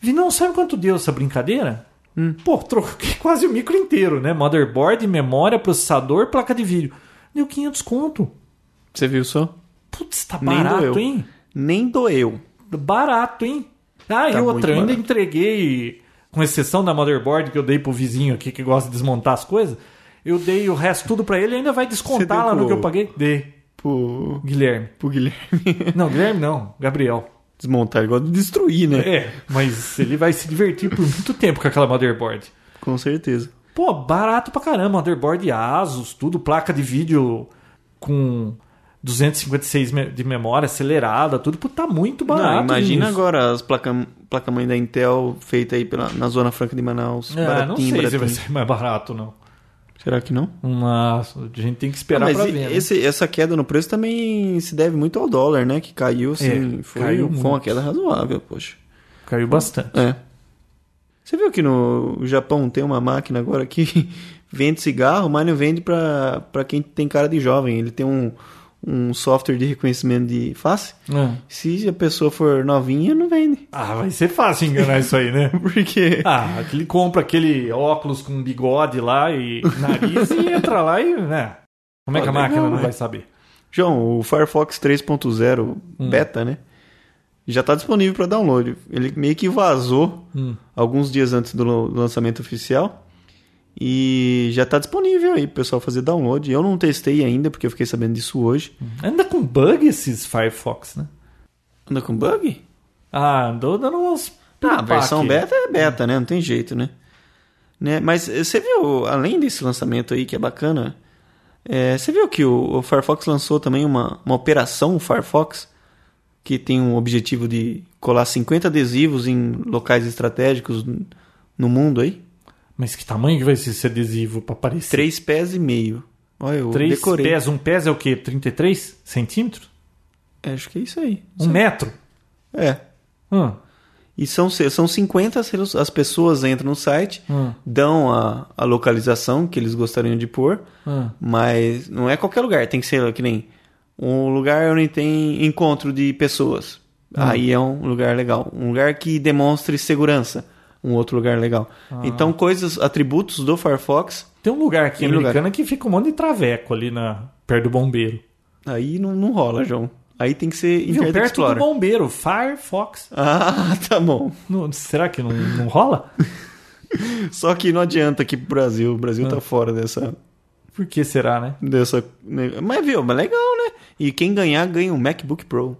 S4: Vi, não, sabe quanto deu essa brincadeira?
S3: Hum.
S4: Pô, troquei quase o micro inteiro, né? Motherboard, memória, processador, placa de vídeo. Deu 500 conto.
S3: Você viu só?
S4: Putz, tá
S3: Nem doeu.
S4: barato, hein?
S3: Nem doeu.
S4: Barato, hein? Ah,
S3: Tá
S4: e
S3: muito
S4: outra, eu ainda
S3: barato.
S4: entreguei, com exceção da motherboard que eu dei pro vizinho aqui que gosta de desmontar as coisas, eu dei o resto tudo pra ele e ainda vai
S3: Você
S4: descontar
S3: deu
S4: lá no
S3: pro-
S4: que eu paguei? Dei.
S3: Pro,
S4: Guilherme.
S3: pro Guilherme
S4: Não, Guilherme não, Gabriel.
S3: desmontar, ele gosta de destruir, né?
S4: É, mas ele vai se divertir por muito tempo com aquela motherboard.
S3: Com certeza.
S4: Pô, barato pra caramba, motherboard Asus, tudo, placa de vídeo com 256 me- de memória acelerada, tudo, pô, tá muito barato.
S3: Não, imagina
S4: Vinícius.
S3: agora as placa, placa mãe da Intel feita aí pela, na Zona Franca de Manaus.
S4: Ah, não sei se
S3: baratinho.
S4: vai ser mais barato, não.
S3: Será que não?
S4: Nossa, a gente tem que esperar
S3: Mas
S4: pra
S3: e-
S4: ver. né?
S3: esse- essa queda no preço também se deve muito ao dólar, né? Que caiu, assim,
S4: É,
S3: foi,
S4: caiu
S3: foi uma
S4: muito.
S3: queda razoável, poxa.
S4: Caiu bastante.
S3: É. Você viu que no Japão tem uma máquina agora que vende cigarro, mas não vende pra, pra quem tem cara de jovem. Ele tem um, um software de reconhecimento de face.
S4: É.
S3: Se a pessoa for novinha, não vende.
S4: Ah, vai ser fácil enganar isso aí, né?
S3: Porque.
S4: Ah, ele compra aquele óculos com bigode lá e nariz e entra lá e, né? Como é que a
S3: Ah, legal,
S4: máquina não
S3: né?
S4: vai saber?
S3: João, o Firefox 3.0 beta, né? Já tá disponível pra download. Ele meio que vazou
S4: Hum.
S3: alguns dias antes do lan- lançamento oficial. E já tá disponível aí pro pessoal fazer download. Eu não testei ainda, porque eu fiquei sabendo disso hoje.
S4: Anda com bug esses Firefox, né?
S3: Anda com bug?
S4: Ah, andou dando uns.
S3: Ah, a versão
S4: piripaque.
S3: beta é beta, né? Não tem jeito, né? né? Mas eh, você viu, além desse lançamento aí que é bacana, É, você viu que o, o Firefox lançou também uma, uma operação Firefox que tem um objetivo de colar 50 adesivos em locais estratégicos n- no mundo aí?
S4: Mas que tamanho que vai ser esse adesivo pra aparecer?
S3: Três pés e meio. Olha, eu
S4: Três
S3: decorei.
S4: pés. Um pés é o quê? 33 centímetros?
S3: É, acho que é isso aí.
S4: Um metro?
S3: É.
S4: Hum,
S3: E são, ce- são 50, as relu- as pessoas entram no site,
S4: hum,
S3: dão a, a localização que eles gostariam de pôr,
S4: hum.
S3: mas não é qualquer lugar, tem que ser que nem um lugar onde tem encontro de pessoas.
S4: Ah.
S3: Aí é um lugar legal. Um lugar que demonstre segurança. Um outro lugar legal.
S4: Ah.
S3: Então, coisas, atributos do Firefox,
S4: Tem um lugar aqui
S3: Tem lugar.
S4: americano que fica um monte de traveco ali na, perto do bombeiro.
S3: aí não, não rola, João. Aí tem que ser
S4: Viu?
S3: Internet
S4: Perto
S3: Explorer.
S4: do bombeiro, Firefox.
S3: Ah, tá bom.
S4: Não- será que não, não rola?
S3: Só que não adianta aqui pro Brasil. O Brasil
S4: Ah.
S3: tá fora dessa.
S4: Por que será, né?
S3: dessa né? Mas viu, mas legal, né? E quem ganhar, ganha um MacBook Pro.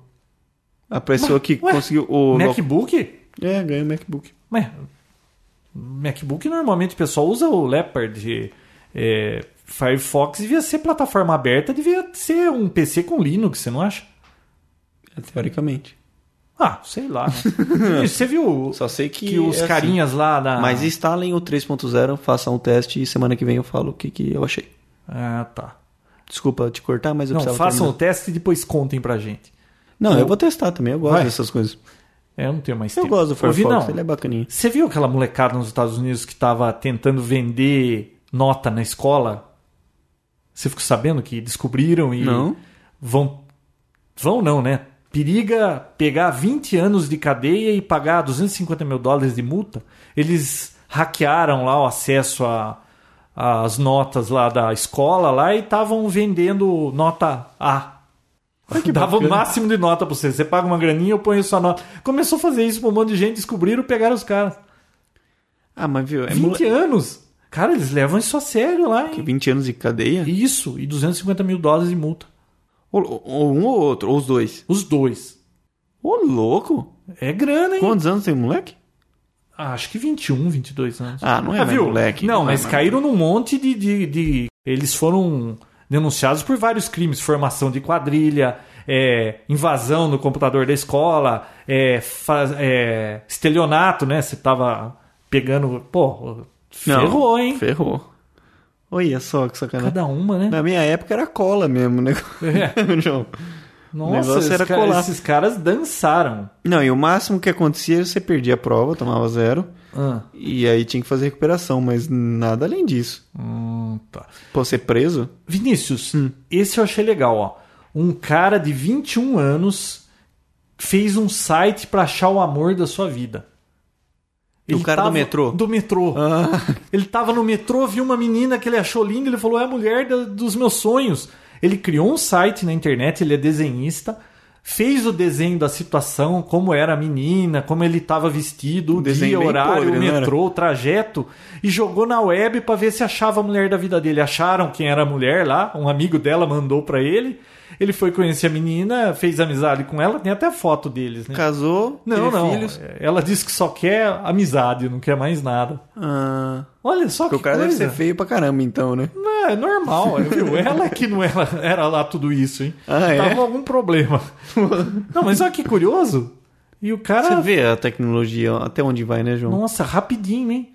S3: A pessoa que
S4: ué,
S3: conseguiu o.
S4: MacBook?
S3: É, ganha o MacBook.
S4: Mas, MacBook normalmente o pessoal usa o Leopard. é, Firefox devia ser plataforma aberta, devia ser um PC com Linux, você não acha?
S3: É, Teoricamente.
S4: Ah, sei lá. né? você viu
S3: Só sei que.
S4: que, os
S3: é assim.
S4: carinhas lá da.
S3: Mas instalem o 3.0, façam o teste e semana que vem eu falo o que, que eu achei.
S4: Ah, tá.
S3: Desculpa te cortar, mas eu
S4: Não,
S3: precisava.
S4: façam o
S3: terminar.
S4: teste e depois contem pra gente.
S3: Não, eu vou testar também. Eu gosto
S4: Vai.
S3: dessas coisas.
S4: É, eu não tenho mais
S3: Eu
S4: tempo.
S3: gosto do
S4: Ouvi,
S3: Firefox,
S4: não.
S3: ele é bacaninha.
S4: Você viu aquela molecada nos Estados Unidos que tava tentando vender nota na escola? Você ficou sabendo que descobriram e
S3: Não.
S4: vão. Vão não, né? Periga pegar 20 anos de cadeia e pagar 250 mil dólares de multa. Eles hackearam lá o acesso a- às notas lá da escola lá e estavam vendendo nota A. Dava o
S3: bacana.
S4: máximo de nota pra você. Você paga uma graninha, eu ponho sua nota. Começou a fazer isso pra um monte de gente, descobriram, pegaram os caras.
S3: Ah, mas viu, é
S4: 20
S3: mole-
S4: anos? Cara, eles levam isso a sério lá, hein?
S3: 20 anos de cadeia?
S4: Isso, e 250 mil dólares de multa.
S3: Ou, ou um ou outro, ou os dois.
S4: Os dois.
S3: Ô, louco!
S4: É grana, hein?
S3: Quantos anos tem o moleque?
S4: Ah, acho que 21, 22 anos.
S3: Ah, não é mais moleque.
S4: Não,
S3: Não é
S4: mas
S3: mais
S4: caíram num monte de, de, de- Eles foram denunciados por vários crimes. Formação de quadrilha, é, invasão no computador da escola, é, fa- é, estelionato, né? Você tava pegando... Pô, ferrou, hein?
S3: Ferrou. Olha só que sacanagem.
S4: Cada uma, né?
S3: Na minha época era cola mesmo, né? João.
S4: Nossa,
S3: negócio
S4: esses,
S3: era
S4: ca-
S3: colar.
S4: esses caras dançaram.
S3: Não, e o máximo que acontecia era você perdia a prova, tomava zero,
S4: Ah,
S3: e aí tinha que fazer recuperação, mas nada além disso.
S4: hum, tá.
S3: Pô, ser preso?
S4: Vinícius,
S3: Hum.
S4: esse eu achei legal, ó. Um cara de 21 anos fez um site pra achar o amor da sua vida.
S3: Do cara do metrô? Ah.
S4: Do metrô. Ele tava no metrô, viu uma menina que ele achou linda, ele falou: "É a mulher da- dos meus sonhos". Ele criou um site na internet, ele é desenhista, fez o desenho da situação, como era a menina, como ele estava vestido, o
S3: Desenho
S4: dia, o
S3: bem
S4: horário,
S3: podre, né,
S4: o
S3: não era?
S4: metrô, o trajeto e jogou na web pra ver se achava a mulher da vida dele. Acharam quem era a mulher lá, um amigo dela mandou pra ele. Ele foi conhecer a menina, fez amizade com ela, tem até foto deles, né?
S3: Casou?
S4: Não,
S3: teve
S4: não.
S3: filhos?
S4: Ela disse que só quer amizade, não quer mais nada.
S3: Ah,
S4: Olha só
S3: porque
S4: que
S3: o cara
S4: coisa.
S3: deve ser feio pra caramba, então, né?
S4: Não, é normal, viu? Ela que não era, era lá tudo isso, hein?
S3: Ah, é?
S4: Tava algum problema. não, mas olha que curioso. E o cara.
S3: Você vê a tecnologia até onde vai, né, João?
S4: Nossa, rapidinho, hein?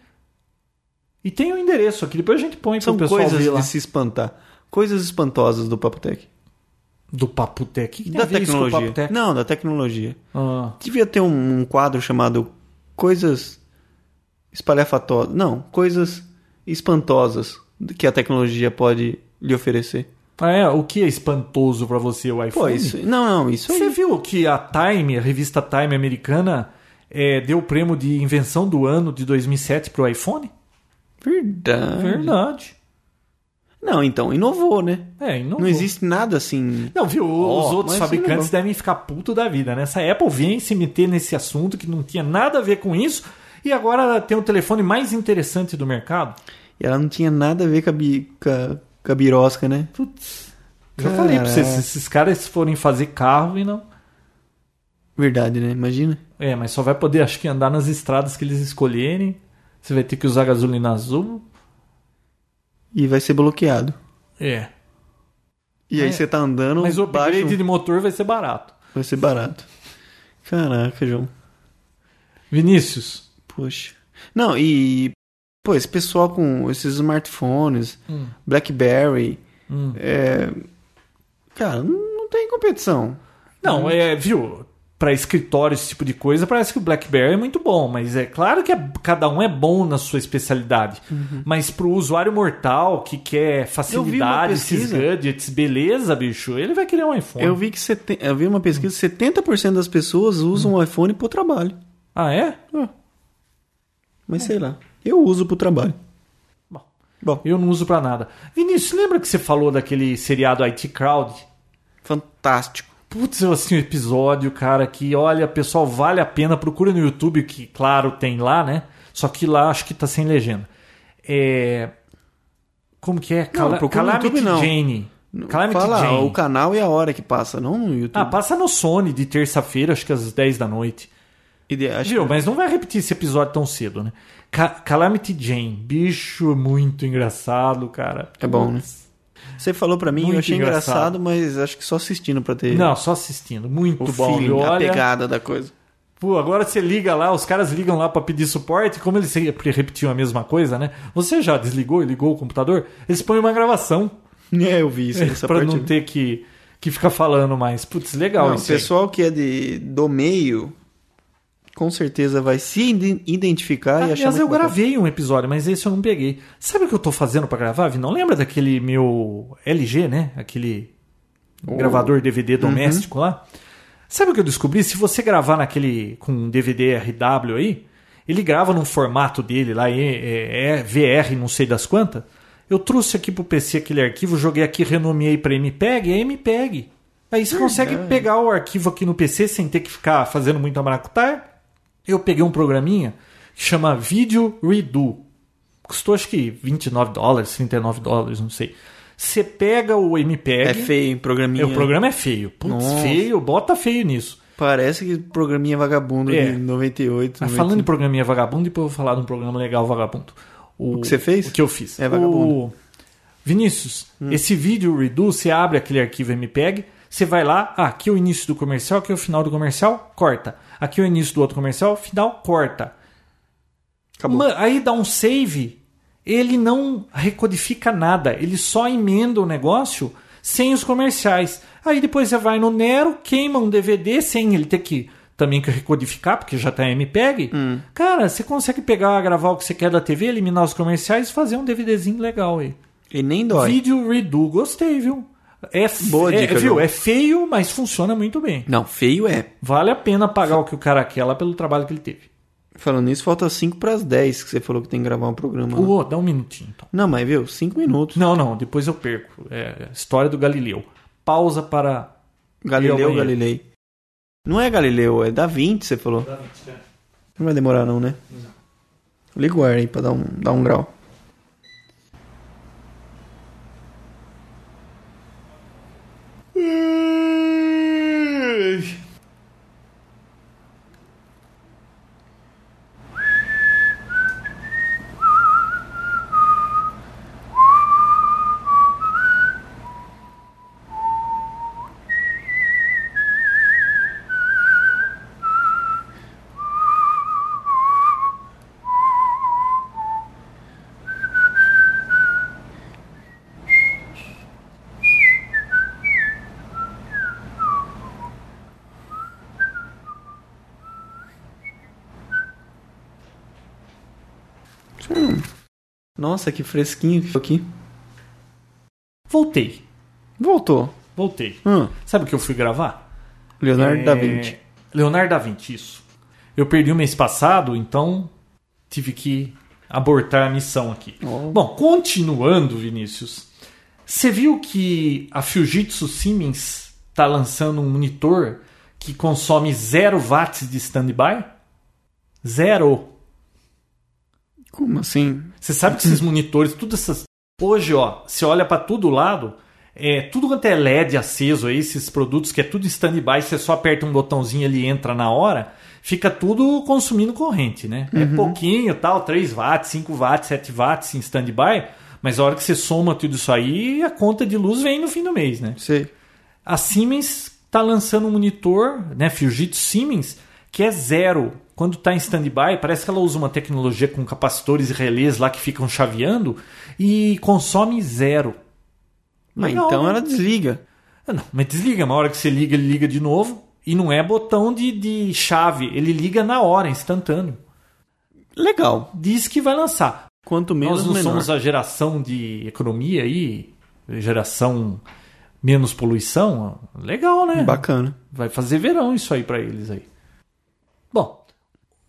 S4: E tem o endereço aqui, depois a gente põe
S3: São
S4: pro é pessoal
S3: coisas
S4: ver lá.
S3: de se espantar. Coisas espantosas do Papotec.
S4: Do Paputec. O que tem a
S3: Da
S4: ver isso com o
S3: tecnologia.
S4: Paputec?
S3: Não, da tecnologia.
S4: Ah,
S3: Devia ter um, um quadro chamado Coisas Espalhafatosas. Não, Coisas Espantosas que a tecnologia pode lhe oferecer.
S4: Ah, é, o que é espantoso pra você, o
S3: Pô,
S4: iPhone?
S3: isso. Não, não, isso
S4: Você
S3: aí.
S4: viu que a Time, a revista Time americana, eh, deu o prêmio de invenção do ano de 2007 pro iPhone?
S3: Verdade.
S4: Verdade.
S3: Não, então, inovou, né?
S4: É, e
S3: Não existe nada assim.
S4: Não, viu?
S3: Ó,
S4: Os outros
S3: mas
S4: fabricantes
S3: isso
S4: devem ficar puto da vida, né? Essa Apple vem se meter nesse assunto que não tinha nada a ver com isso e agora tem o telefone mais interessante do mercado.
S3: E ela não tinha nada a ver com a, bi... com a... com a birosca, né?
S4: Putz. Já falei pra vocês,
S3: Caraca.
S4: esses caras forem fazer carro e não.
S3: Verdade, né? Imagina.
S4: É, mas só vai poder, acho que, andar nas estradas que eles escolherem. Você vai ter que usar gasolina azul.
S3: E vai ser bloqueado.
S4: É.
S3: E aí
S4: É.
S3: você tá andando,
S4: Mas o upgrade
S3: baixo,
S4: de motor vai ser barato.
S3: vai ser barato. Caraca, João.
S4: Vinícius.
S3: Poxa. Não, e... Pô, esse pessoal com esses smartphones, BlackBerry...
S4: Hum.
S3: É... Cara, não não tem competição.
S4: Não,
S3: Né?
S4: é, viu? Pra escritório, esse tipo de coisa, parece que o BlackBerry é muito bom, mas é claro que é- cada um é bom na sua especialidade. Mas pro usuário mortal que quer
S3: Uhum. vi uma
S4: facilidade, esses
S3: pesquisa.
S4: gadgets, beleza, bicho, ele vai querer um iPhone.
S3: Eu vi que seten- eu vi uma pesquisa, 70% das pessoas
S4: Hum.
S3: usam o iPhone pro trabalho.
S4: Ah, é?
S3: Mas sei lá. Eu uso pro trabalho.
S4: Bom.
S3: Bom,
S4: Eu não uso pra nada. Vinícius, lembra que você falou daquele seriado IT Crowd?
S3: fantástico.
S4: Putz, eu assisti um episódio, cara, que olha, pessoal, vale a pena. Procura no YouTube, que claro tem lá, né? Só que lá acho que tá sem legenda. É. Como que é? Cala...
S3: procura no
S4: Calamity
S3: YouTube, não.
S4: Jane. Calamity
S3: Fala
S4: Jane.
S3: o canal e a hora que passa, não no YouTube.
S4: Ah, passa no Sony de terça-feira, acho que às 10 da noite.
S3: E de- acho
S4: Viu?
S3: que-
S4: Mas não vai repetir esse episódio tão cedo, né? Ca- Calamity Jane. Bicho, é muito engraçado, cara.
S3: É bom, né? Você falou pra mim,
S4: Muito
S3: eu achei
S4: engraçado.
S3: engraçado. mas acho que só assistindo pra ter
S4: Não, só assistindo. Muito
S3: o
S4: bom.
S3: feeling,
S4: viu?
S3: a
S4: olha,
S3: pegada da coisa.
S4: Pô, agora você liga lá, os caras ligam lá pra pedir suporte, como eles sempre repetiam a mesma coisa, né? Você já desligou e ligou o computador? Eles põem uma gravação
S3: É, eu vi isso, essa
S4: pra
S3: parte.
S4: não
S3: eu vi.
S4: ter que, que ficar falando mais. Putz, legal
S3: Não, o
S4: isso. aí.
S3: pessoal que é de do meio com certeza vai se iden- identificar e achar
S4: Aliás,
S3: muito
S4: eu
S3: bacana.
S4: gravei um episódio, mas esse eu não peguei. Sabe o que eu tô fazendo pra gravar, Vi? Não lembra daquele meu LG, né? Aquele
S3: O-
S4: gravador DVD doméstico lá? Sabe o que eu descobri? Se você gravar naquele com um DVD RW aí, ele grava num formato dele lá, é, é, é VR, não sei das quantas. Eu trouxe aqui pro PC aquele arquivo, joguei aqui, renomeei pra MPEG, é MPEG. Aí você consegue pegar o arquivo aqui no PC sem ter que ficar fazendo muita maracutaia. Eu peguei um programinha que chama Video Redo. Custou acho que 29 dólares, 39 dólares, não sei. Você pega o MPEG.
S3: É feio, hein, programinha.
S4: É, o programa é feio. Putz,
S3: Nossa.
S4: feio, bota feio nisso.
S3: Parece que programinha vagabundo
S4: É.
S3: de 98.
S4: Ah,
S3: 90.
S4: falando em programinha vagabundo, depois eu vou falar de um programa legal vagabundo.
S3: O que você fez?
S4: O que eu fiz.
S3: É vagabundo. Hum.
S4: O- Vinícius, esse vídeo Redo, você abre aquele arquivo MPEG, você vai lá, ah, aqui é o início do comercial, aqui é o final do comercial, corta. Aqui é o início do outro comercial, final, corta.
S3: Acabou.
S4: Ma- aí dá um save, ele não recodifica nada, ele só emenda o negócio sem os comerciais. Aí depois você vai no Nero, queima um DVD sem ele ter que também que recodificar, porque já tá MPEG.
S3: Hum.
S4: Cara, você consegue pegar, gravar o que você quer da TV, eliminar os comerciais e fazer um DVDzinho legal aí.
S3: E nem dói.
S4: Vídeo Redo, gostei, viu? É, f-
S3: Boa
S4: é,
S3: dica,
S4: viu?
S3: João.
S4: é feio, mas funciona muito bem.
S3: Não, feio é.
S4: Vale a pena pagar o que o cara quer lá pelo trabalho que ele teve.
S3: Falando nisso, falta 5 pras 10 que você falou que tem que gravar um programa. né?
S4: Ô, dá um minutinho então.
S3: Não, mas viu, 5 minutos.
S4: Não, não, depois eu perco. É, história do Galileu. Pausa para. E ao
S3: Galileu,
S4: banheiro.
S3: Galilei. Não é Galileu, é da 20, você falou.
S4: é.
S3: Não vai demorar não, né? Liga o ar aí pra dar um, dar um grau. Nossa, que fresquinho que ficou aqui.
S4: Voltei.
S3: Voltou.
S4: Voltei.
S3: Hum,
S4: Sabe o que eu fui gravar?
S3: Leonardo
S4: É,
S3: da Vinci.
S4: Leonardo da Vinci, isso. Eu perdi o mês passado, então tive que abortar a missão aqui.
S3: Oh.
S4: Bom, continuando, Vinícius. Você viu que a Fujitsu Siemens está lançando um monitor que consome 0 watts de standby? Zero.
S3: Como assim?
S4: Você sabe que esses monitores, tudo essas. Hoje, ó, você olha pra todo lado, é tudo quanto é LED aceso aí, esses produtos que é tudo stand-by, você só aperta um botãozinho ele entra na hora, fica tudo consumindo corrente, né? É pouquinho tal, 3 watts, 5 watts, 7 watts em stand-by, Mas a hora que você soma tudo isso aí, a conta de luz vem no fim do mês, né?
S3: Sei. Ah,
S4: A Siemens está lançando um monitor, né, Fujitsu Siemens, que é zero. Quando está em stand-by, parece que ela usa uma tecnologia com capacitores e relés lá que ficam chaveando e consome zero.
S3: Mas
S4: Legal,
S3: então
S4: né?
S3: ela desliga.
S4: Ah, Não, mas desliga, uma hora que você liga, ele liga de novo. E não é botão de, de chave, ele liga na hora, instantâneo.
S3: Legal.
S4: Diz que vai lançar.
S3: Quanto menos,
S4: Nós não
S3: menor.
S4: somos a geração de economia aí, geração menos poluição. Legal, né?
S3: Bacana.
S4: Vai fazer verão isso aí pra eles aí. Bom,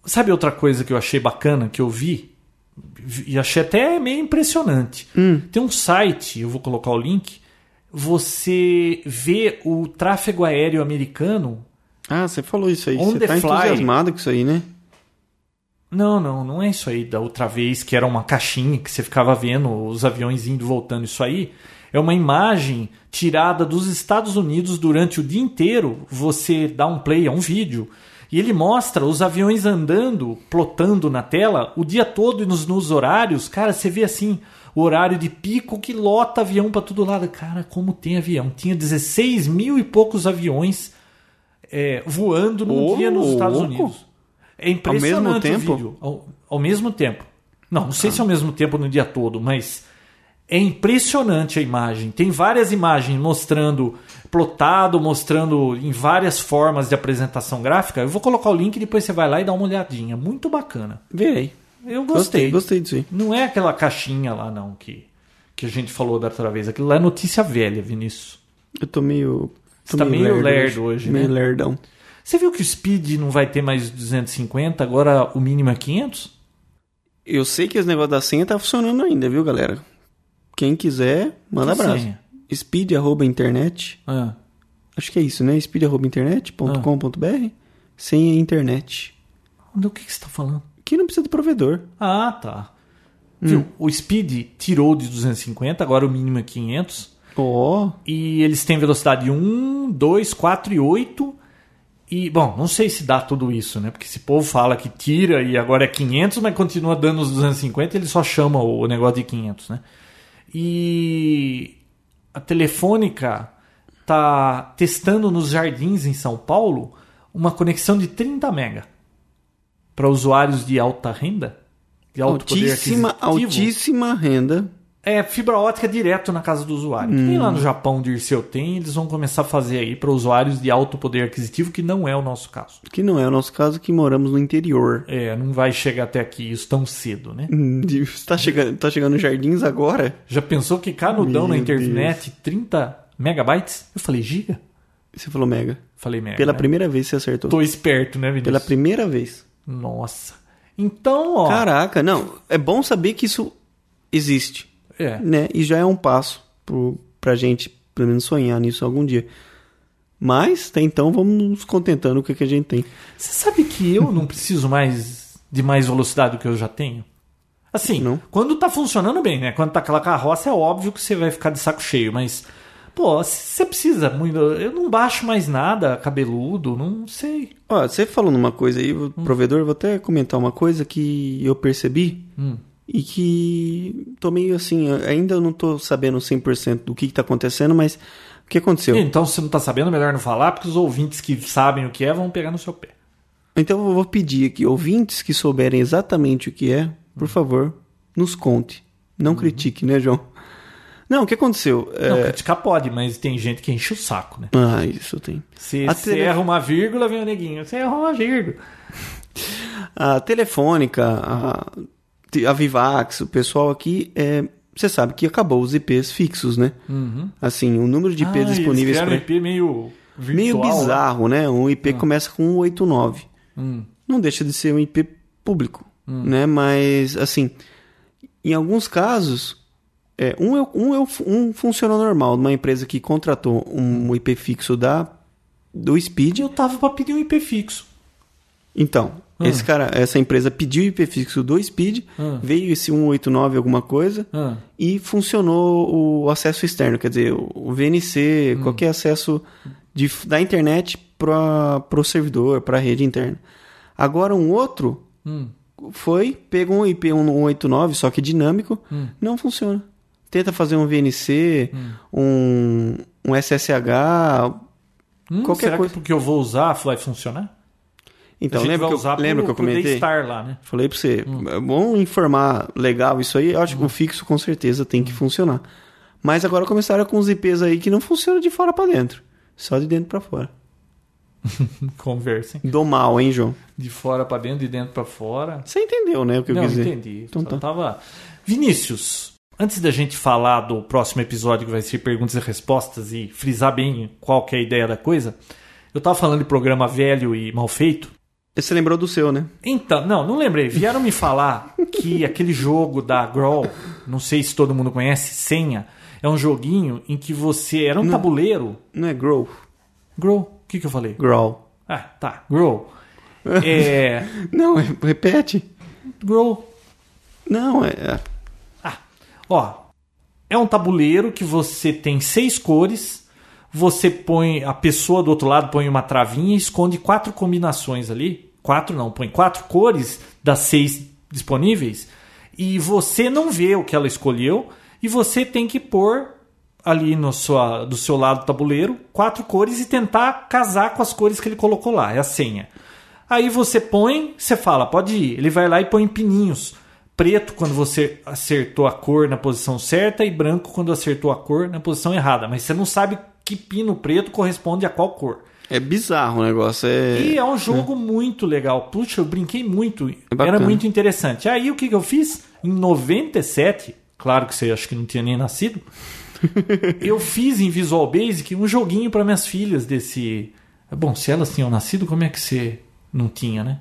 S4: sabe outra coisa que eu achei bacana que eu vi? Vi- E achei até meio impressionante. Tem um site, eu vou colocar o link, você vê o tráfego aéreo americano.
S3: Ah, você falou isso aí.
S4: On
S3: você
S4: the
S3: tá
S4: fly.
S3: entusiasmado com isso aí, né?
S4: Não, não, não é isso aí da outra vez que era uma caixinha que você ficava vendo os aviões indo e voltando. Isso aí é uma imagem tirada dos Estados Unidos durante o dia inteiro. Você dá um play, é um vídeo. E ele mostra os aviões andando, plotando na tela o dia todo e nos, nos horários. Cara, você vê assim, o horário de pico que lota avião pra todo lado. Cara, como tem avião? Tinha 16 mil e poucos aviões é, voando num
S3: Ô,
S4: dia nos Estados
S3: louco.
S4: Unidos. É impressionante
S3: Ao mesmo tempo?
S4: o vídeo. Ao, ao mesmo tempo. Não, não sei se ao mesmo tempo no dia todo, mas é impressionante a imagem. Tem várias imagens mostrando plotado, mostrando em várias formas de apresentação gráfica. Eu vou colocar o link e depois você vai lá e dá uma olhadinha. Muito bacana.
S3: Verei.
S4: Eu
S3: Gostei,
S4: gostei.
S3: gostei disso aí.
S4: Não é aquela caixinha lá não que que a gente falou da outra vez. Aquilo lá é notícia velha, Vinícius.
S3: Eu tô meio.
S4: Você tá meio lerdo hoje,
S3: meio
S4: né?
S3: lerdão.
S4: Você viu que o Speed não vai ter mais 250, agora o mínimo é 500?
S3: Eu sei que esse negócio da senha tá funcionando ainda, viu, galera? Quem quiser, manda
S4: Que
S3: abraço.
S4: senha?
S3: Speed arroba internet.
S4: Ah.
S3: Acho que é isso, né? Speed arroba internet.com.br. Senha internet.
S4: Do que, que você está falando?
S3: Que não precisa de provedor.
S4: Ah, tá. Viu? O Speed tirou de 250, agora o mínimo é 500.
S3: Ó,
S4: E eles têm velocidade 1, 2, 4 e 8. E, bom, não sei se dá tudo isso, né? Porque esse povo fala que tira e agora é 500, mas continua dando os 250, ele só chama o negócio de 500, né? E a Telefônica tá testando nos jardins em São Paulo uma conexão de 30 mega para usuários de alta renda, de alto
S3: É altíssima,
S4: poder aquisitivo.
S3: altíssima renda.
S4: É, fibra ótica direto na casa do usuário. Que nem lá no Japão, Dirceu, tem, eles vão começar a fazer aí para usuários de alto poder aquisitivo, que não é o nosso caso.
S3: Que não é o nosso caso, que moramos no interior.
S4: É, não vai chegar até aqui isso tão cedo, né?
S3: Hum, de- Tá chegando, tá chegando nos jardins agora?
S4: Já pensou que canudão na
S3: Meu
S4: internet, 30 megabytes? Eu falei giga?
S3: Você falou mega.
S4: Falei mega.
S3: Pela
S4: né?
S3: primeira vez você acertou.
S4: Tô esperto, né, Vinícius?
S3: Pela primeira vez.
S4: Nossa. Então, ó.
S3: Caraca, não. É bom saber que isso existe,
S4: é.
S3: né? E já é um passo pro, pra gente, pelo menos, sonhar nisso algum dia. Mas, até então, vamos nos contentando com o que a gente tem.
S4: Você sabe que eu não preciso mais de mais velocidade do que eu já tenho? Assim,
S3: Não.
S4: quando tá funcionando bem, né? Quando tá aquela carroça, é óbvio que você vai ficar de saco cheio, mas. Pô, você precisa muito. Eu não baixo mais nada, cabeludo, não sei.
S3: Ó, você falou numa coisa aí,
S4: Hum.
S3: o provedor, vou até comentar uma coisa que eu percebi
S4: Hum.
S3: e que tô meio assim, ainda eu não tô sabendo 100% do que que tá acontecendo, mas o que aconteceu?
S4: Então, se não tá sabendo, melhor não falar, porque os ouvintes que sabem o que é vão pegar no seu pé.
S3: Então eu vou pedir aqui, ouvintes que souberem exatamente o que é,
S4: Hum.
S3: por favor, nos conte. Não critique, né, João? Não, o que aconteceu? É...
S4: Uhum. Não, criticar pode, mas tem gente que enche o saco, né?
S3: Ah, isso tem.
S4: Se
S3: A
S4: você
S3: tele-
S4: erra uma vírgula, vem o neguinho. Você errou uma vírgula.
S3: A Telefônica, a, a Vivax, o pessoal aqui, é, você sabe que acabou os IPs fixos, né? Assim, o número de
S4: Ah,
S3: IPs
S4: eles
S3: disponíveis
S4: criaram
S3: pra-
S4: IP meio. Virtual,
S3: Meio
S4: né? Ah.
S3: bizarro, né? Um IP começa com 89.
S4: Hum.
S3: Não deixa de ser um IP público, né? Mas, assim, em alguns casos, é, um, é- um, é- um funcionou normal, numa empresa que contratou um IP fixo da, do Speed.
S4: Eu tava pra pedir um IP fixo.
S3: Então,
S4: Hum.
S3: esse cara, essa empresa pediu IP fixo do Speed, veio esse 189 alguma coisa,
S4: Ah.
S3: e funcionou o acesso externo, quer dizer, o- o VNC,
S4: Hum.
S3: qualquer acesso de f- da internet para o servidor, para a rede interna. Agora um
S4: Hum. Hum.
S3: outro foi, pegou um IP 189, só que dinâmico, não funciona. Tenta fazer um VNC, um, um SSH.
S4: Hum,
S3: Qualquer
S4: será
S3: coisa.
S4: que porque eu vou usar vai funcionar?
S3: Então,
S4: a gente
S3: lembra
S4: vai
S3: que
S4: usar
S3: eu, lembra
S4: pro-
S3: que eu
S4: pro
S3: comentei?
S4: Daystar lá, né?
S3: Falei pra você, é bom informar legal isso aí. Eu acho que o fixo com certeza tem que funcionar. Mas agora começaram com os IPs aí que não funcionam de fora pra dentro. Só de dentro pra fora.
S4: Conversem.
S3: Do mal, hein, João?
S4: De fora pra dentro, de dentro pra fora.
S3: Você entendeu, né, o que eu
S4: Não,
S3: quis dizer.
S4: entendi.
S3: Então
S4: Só
S3: tá.
S4: tava- Vinícius, antes da gente falar do próximo episódio que vai ser perguntas e respostas e frisar bem qual que é a ideia da coisa, eu tava falando de programa velho e mal feito.
S3: Você lembrou do seu, né?
S4: Então, não, não lembrei. Vieram me falar que aquele jogo da Growl, não sei se todo mundo conhece, Senha, é um joguinho em que você era um tabuleiro.
S3: Não é grow?
S4: Grow, o que, que eu falei?
S3: Growl.
S4: Ah, tá, Grow. É,
S3: Não, é- repete.
S4: Grow,
S3: Não, é. é-
S4: Ah, Ó, é um tabuleiro que você tem seis cores. Você põe a pessoa do outro lado põe uma travinha e esconde quatro combinações ali. Quatro não, põe quatro cores das seis disponíveis. E você não vê o que ela escolheu e você tem que pôr ali no sua, do seu lado do tabuleiro quatro cores e tentar casar com as cores que ele colocou lá. É a senha. Aí você põe, você fala, pode ir. Ele vai lá e põe pininhos. Preto quando você acertou a cor na posição certa e branco quando acertou a cor na posição errada. Mas você não sabe que pino preto corresponde a qual cor.
S3: É, bizarro o negócio. É...
S4: E é um jogo muito legal. Puxa, eu brinquei muito.
S3: bacana.
S4: Era muito interessante. Aí o que, que eu fiz? Em 97, claro que você acha que não tinha nem nascido, eu fiz em Visual Basic um joguinho para minhas filhas desse. Bom, se elas tinham nascido, como é que você não tinha, né?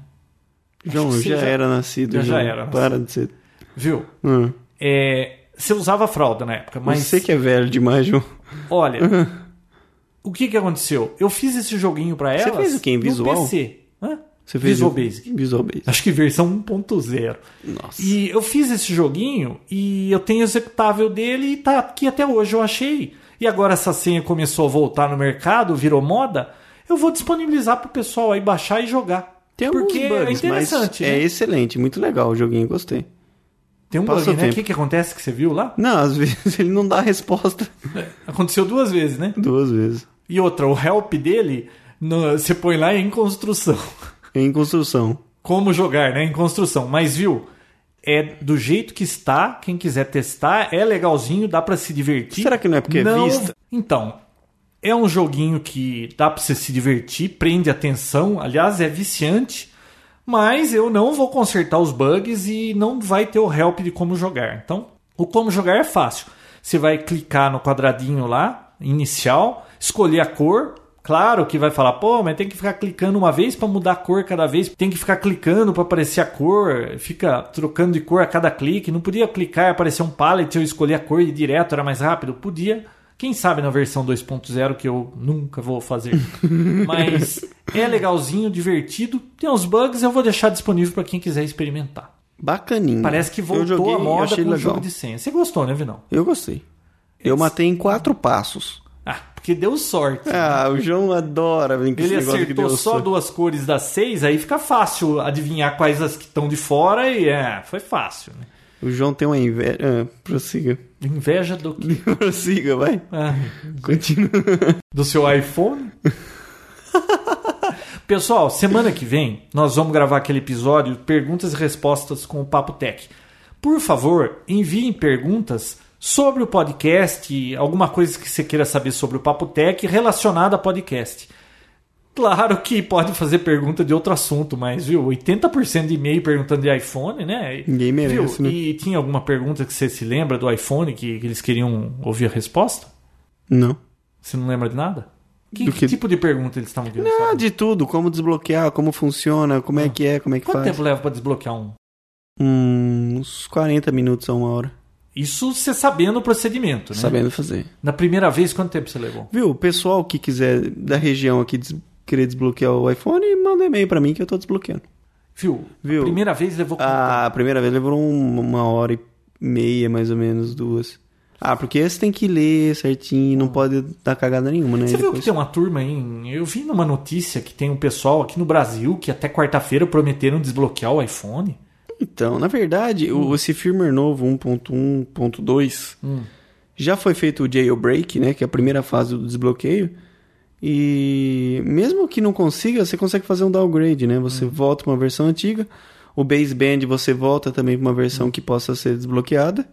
S3: João,
S4: acho
S3: eu
S4: que
S3: já,
S4: você já-
S3: era nascido.
S4: Eu já
S3: João.
S4: era
S3: Para de ser.
S4: Viu?
S3: Hum.
S4: É, você usava fralda na época, mas.
S3: Você que é velho demais, João.
S4: Olha, o que, que aconteceu? Eu fiz esse joguinho para
S3: Você
S4: elas.
S3: fez o quê? Em
S4: no
S3: Visual?
S4: PC. Hã?
S3: Você fez
S4: Visual
S3: o-
S4: Basic.
S3: Visual Basic.
S4: Acho que versão 1.0.
S3: Nossa.
S4: E eu fiz esse joguinho e eu tenho o executável dele e tá aqui até hoje, eu achei. E agora essa senha começou a voltar no mercado, virou moda. Eu vou disponibilizar pro pessoal aí baixar e jogar.
S3: Tem alguns
S4: Porque é
S3: bugs, mas
S4: interessante.
S3: é
S4: né?
S3: excelente, muito legal o joguinho, gostei.
S4: Tem um
S3: passa
S4: bug,
S3: o
S4: né? O
S3: tempo.
S4: que, que acontece que você viu lá?
S3: Não, às vezes ele não dá a resposta
S4: Aconteceu duas vezes, né?
S3: duas vezes.
S4: E outra, o help dele, no- você põe lá em construção.
S3: Em construção.
S4: Como jogar, né? Em construção. Mas viu, é do jeito que está. Quem quiser testar, é legalzinho, dá pra se divertir.
S3: Será que não é porque é vista?
S4: Então, é um joguinho que dá pra você se divertir, prende atenção. Aliás, é viciante. Mas eu não vou consertar os bugs e não vai ter o help de como jogar. Então, o como jogar é fácil. Você vai clicar no quadradinho lá, inicial, escolher a cor. Claro que vai falar, pô, mas tem que ficar clicando uma vez para mudar a cor cada vez, tem que ficar clicando para aparecer a cor, fica trocando de cor a cada clique. Não podia clicar e aparecer um palette, eu escolher a cor e ir direto era mais rápido? Podia. Quem sabe na versão 2.0 que eu nunca vou fazer. Mas é legalzinho, divertido. Tem uns bugs, eu vou deixar disponível para quem quiser experimentar.
S3: Bacaninho.
S4: Parece que voltou
S3: eu joguei,
S4: a
S3: eu
S4: moda
S3: achei
S4: com o
S3: legal.
S4: jogo de senha. Você gostou, né, Vinão?
S3: Eu gostei. Eu matei em quatro passos.
S4: Ah, porque deu sorte.
S3: Ah, o João adora brincar
S4: Ele
S3: esse negócio que
S4: acertou
S3: deu
S4: só
S3: sorte.
S4: duas cores das seis, aí fica fácil adivinhar quais as que estão de fora e é, foi fácil. Né?
S3: O João tem uma inveja. Ah, prossiga.
S4: Inveja do que?
S3: prossiga, vai.
S4: Ah,
S3: Continua.
S4: do seu iPhone? Pessoal, semana que vem nós vamos gravar aquele episódio Perguntas e Respostas com o Papo Tech. Por favor, enviem perguntas sobre o podcast, alguma coisa que você queira saber sobre o Papo Tech relacionada a podcast. Claro que pode fazer pergunta de outro assunto, mas viu, 80% de e-mail perguntando de iPhone, né?
S3: Ninguém merece,
S4: viu?
S3: né?
S4: E tinha alguma pergunta que você se lembra do iPhone que, que eles queriam ouvir a resposta?
S3: Não.
S4: Você não lembra de nada? Que,
S3: Do
S4: que
S3: que-
S4: tipo de pergunta eles estavam querendo
S3: Ah,
S4: saber?
S3: de tudo. Como desbloquear, como funciona, como é que é, como é que
S4: Ah. Quanto
S3: faz.
S4: tempo leva pra desbloquear um?
S3: Hum, uns 40 minutos a uma hora.
S4: Isso você sabendo o procedimento, né?
S3: Sabendo fazer.
S4: Na primeira vez, quanto tempo você levou?
S3: Viu, o pessoal que quiser da região aqui des- querer desbloquear o iPhone, manda um e-mail pra mim que eu tô desbloqueando.
S4: Viu?
S3: Viu? Ah,
S4: A primeira vez levou quanto tempo?
S3: A primeira vez levou um- uma hora e meia, mais ou menos, duas. Ah, porque você tem que ler certinho, não pode dar cagada nenhuma, né?
S4: Ah. Você viu que
S3: Depois-
S4: tem uma turma aí? em- Eu vi numa notícia que tem um pessoal aqui no Brasil que até quarta-feira prometeram desbloquear o iPhone.
S3: um Então, na verdade, o- esse firmware novo 1.1.2,
S4: Hum.
S3: Já foi feito o jailbreak, né? Que é a primeira fase do desbloqueio. E mesmo que não consiga, você consegue fazer um downgrade, né? Você volta para uma versão antiga. O baseband você volta também para uma versão que possa ser desbloqueada.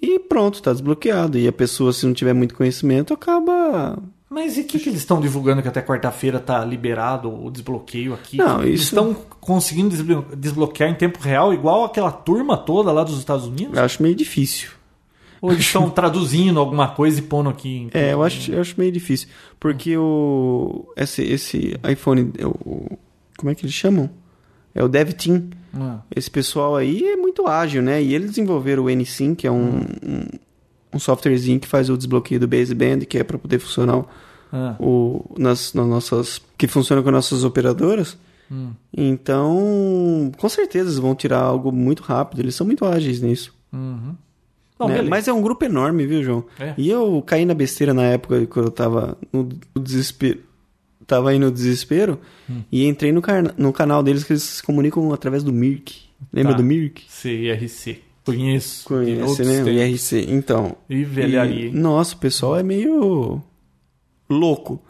S3: E pronto, tá desbloqueado. E a pessoa, se não tiver muito conhecimento, acaba
S4: Mas e o que, que eles estão divulgando que até quarta-feira tá liberado o desbloqueio aqui?
S3: Não,
S4: Eles
S3: isso-
S4: estão conseguindo desblo- desbloquear em tempo real, igual aquela turma toda lá dos Estados Unidos?
S3: Eu acho meio difícil.
S4: Ou eles estão traduzindo alguma coisa e pondo aqui? em-
S3: É, eu acho, eu acho meio difícil. Porque o. Esse, esse iPhone. é o- o- como é que eles chamam? É o DevTeam.
S4: Ah,
S3: Esse pessoal aí é muito ágil, né? E eles desenvolveram o NSYNC, que é um, um, um softwarezinho que faz o desbloqueio do baseband, que é para poder funcionar
S4: ah.
S3: o, nas, nas nossas. que funciona com nossas operadoras.
S4: Hum.
S3: Então, com certeza eles vão tirar algo muito rápido. Eles são muito ágeis nisso.
S4: Uhum. Não,
S3: né?
S4: beleza.
S3: Mas é um grupo enorme, viu, João?
S4: É.
S3: E eu caí na besteira na época quando eu tava no no desespero. Tava aí no desespero
S4: Hum.
S3: e entrei no, carna- no canal deles que eles se comunicam através do Mirk. Lembra
S4: Tá.
S3: do Mirk?
S4: CIRC. Conheço. De
S3: Conhece,
S4: outros
S3: né? O
S4: tempos.
S3: IRC. Então.
S4: E velharia,
S3: e-
S4: hein?
S3: Nossa, o pessoal é meio louco.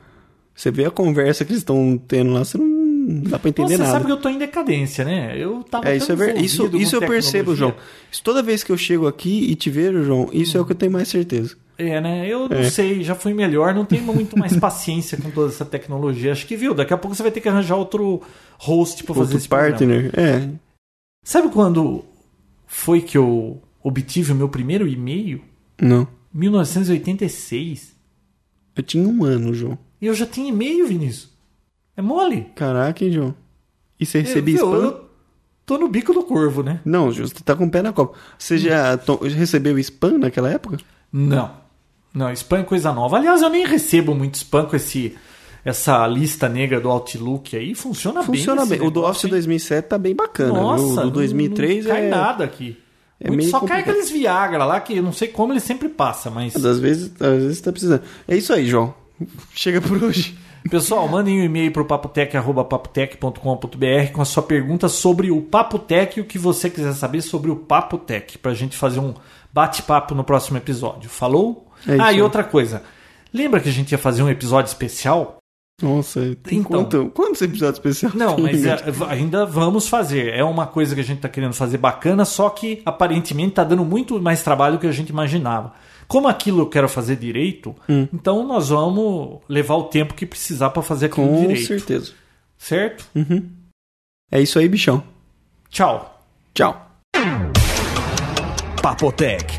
S3: Você vê a conversa que eles estão tendo lá, você não dá pra entender
S4: Você
S3: nada.
S4: sabe que eu tô em decadência, né? Eu tava
S3: É, isso, é
S4: tão
S3: ver... isso,
S4: envolvido
S3: isso
S4: com
S3: eu percebo,
S4: tecnologia.
S3: João. Isso, toda vez que eu chego aqui e te vejo, João, isso é o que eu tenho mais certeza.
S4: É, né? Eu não sei, já fui melhor, não tenho muito mais paciência com toda essa tecnologia. Acho que viu, daqui a pouco você vai ter que arranjar outro host pra fazer
S3: Outro
S4: esse programa.
S3: partner. É.
S4: Sabe quando foi que eu obtive o meu primeiro e-mail?
S3: Não.
S4: 1986.
S3: Eu tinha um ano, João.
S4: E eu já tinha e-mail, Vinícius. É mole.
S3: Caraca, hein, João? E você recebia
S4: eu,
S3: spam?
S4: eu tô no bico do corvo, né?
S3: Não, João, você tá com o pé na copa. Você já
S4: Hum.
S3: to- recebeu spam naquela época?
S4: Tá Não. Não, spam é coisa nova. Aliás, eu nem recebo muito spam com esse, essa lista negra do Outlook aí. Funciona,
S3: Funciona
S4: bem.
S3: bem. O do Office 2007 tá bem bacana. viu?
S4: Nossa,
S3: o do
S4: não-
S3: 2003
S4: não cai
S3: é...
S4: nada aqui.
S3: é
S4: Muito-
S3: meio
S4: só cai
S3: complicado. É
S4: aqueles Viagra lá que eu não sei como ele sempre passa, mas.
S3: Mas Às vezes, às vezes tá precisando. É isso aí, João. Chega por hoje.
S4: Pessoal, mandem um e-mail pro papotec.papotec.com.br com a sua pergunta sobre o Papotec e o que você quiser saber sobre o Papotec, pra gente fazer um bate-papo no próximo episódio. Falou?
S3: É isso
S4: ah,
S3: aí.
S4: e outra coisa. Lembra que a gente ia fazer um episódio especial?
S3: Nossa, tem
S4: Então.
S3: quanto, quantos episódios especiais?
S4: Não,
S3: tem,
S4: mas
S3: né?
S4: é- v- ainda vamos fazer. É uma coisa que a gente tá querendo fazer bacana, só que aparentemente tá dando muito mais trabalho do que a gente imaginava. Como aquilo eu quero fazer direito,
S3: Hum.
S4: então nós vamos levar o tempo que precisar para fazer aquilo
S3: Com
S4: direito.
S3: certeza.
S4: Certo?
S3: É isso aí, bichão.
S4: Tchau.
S3: Tchau.
S2: Papotec,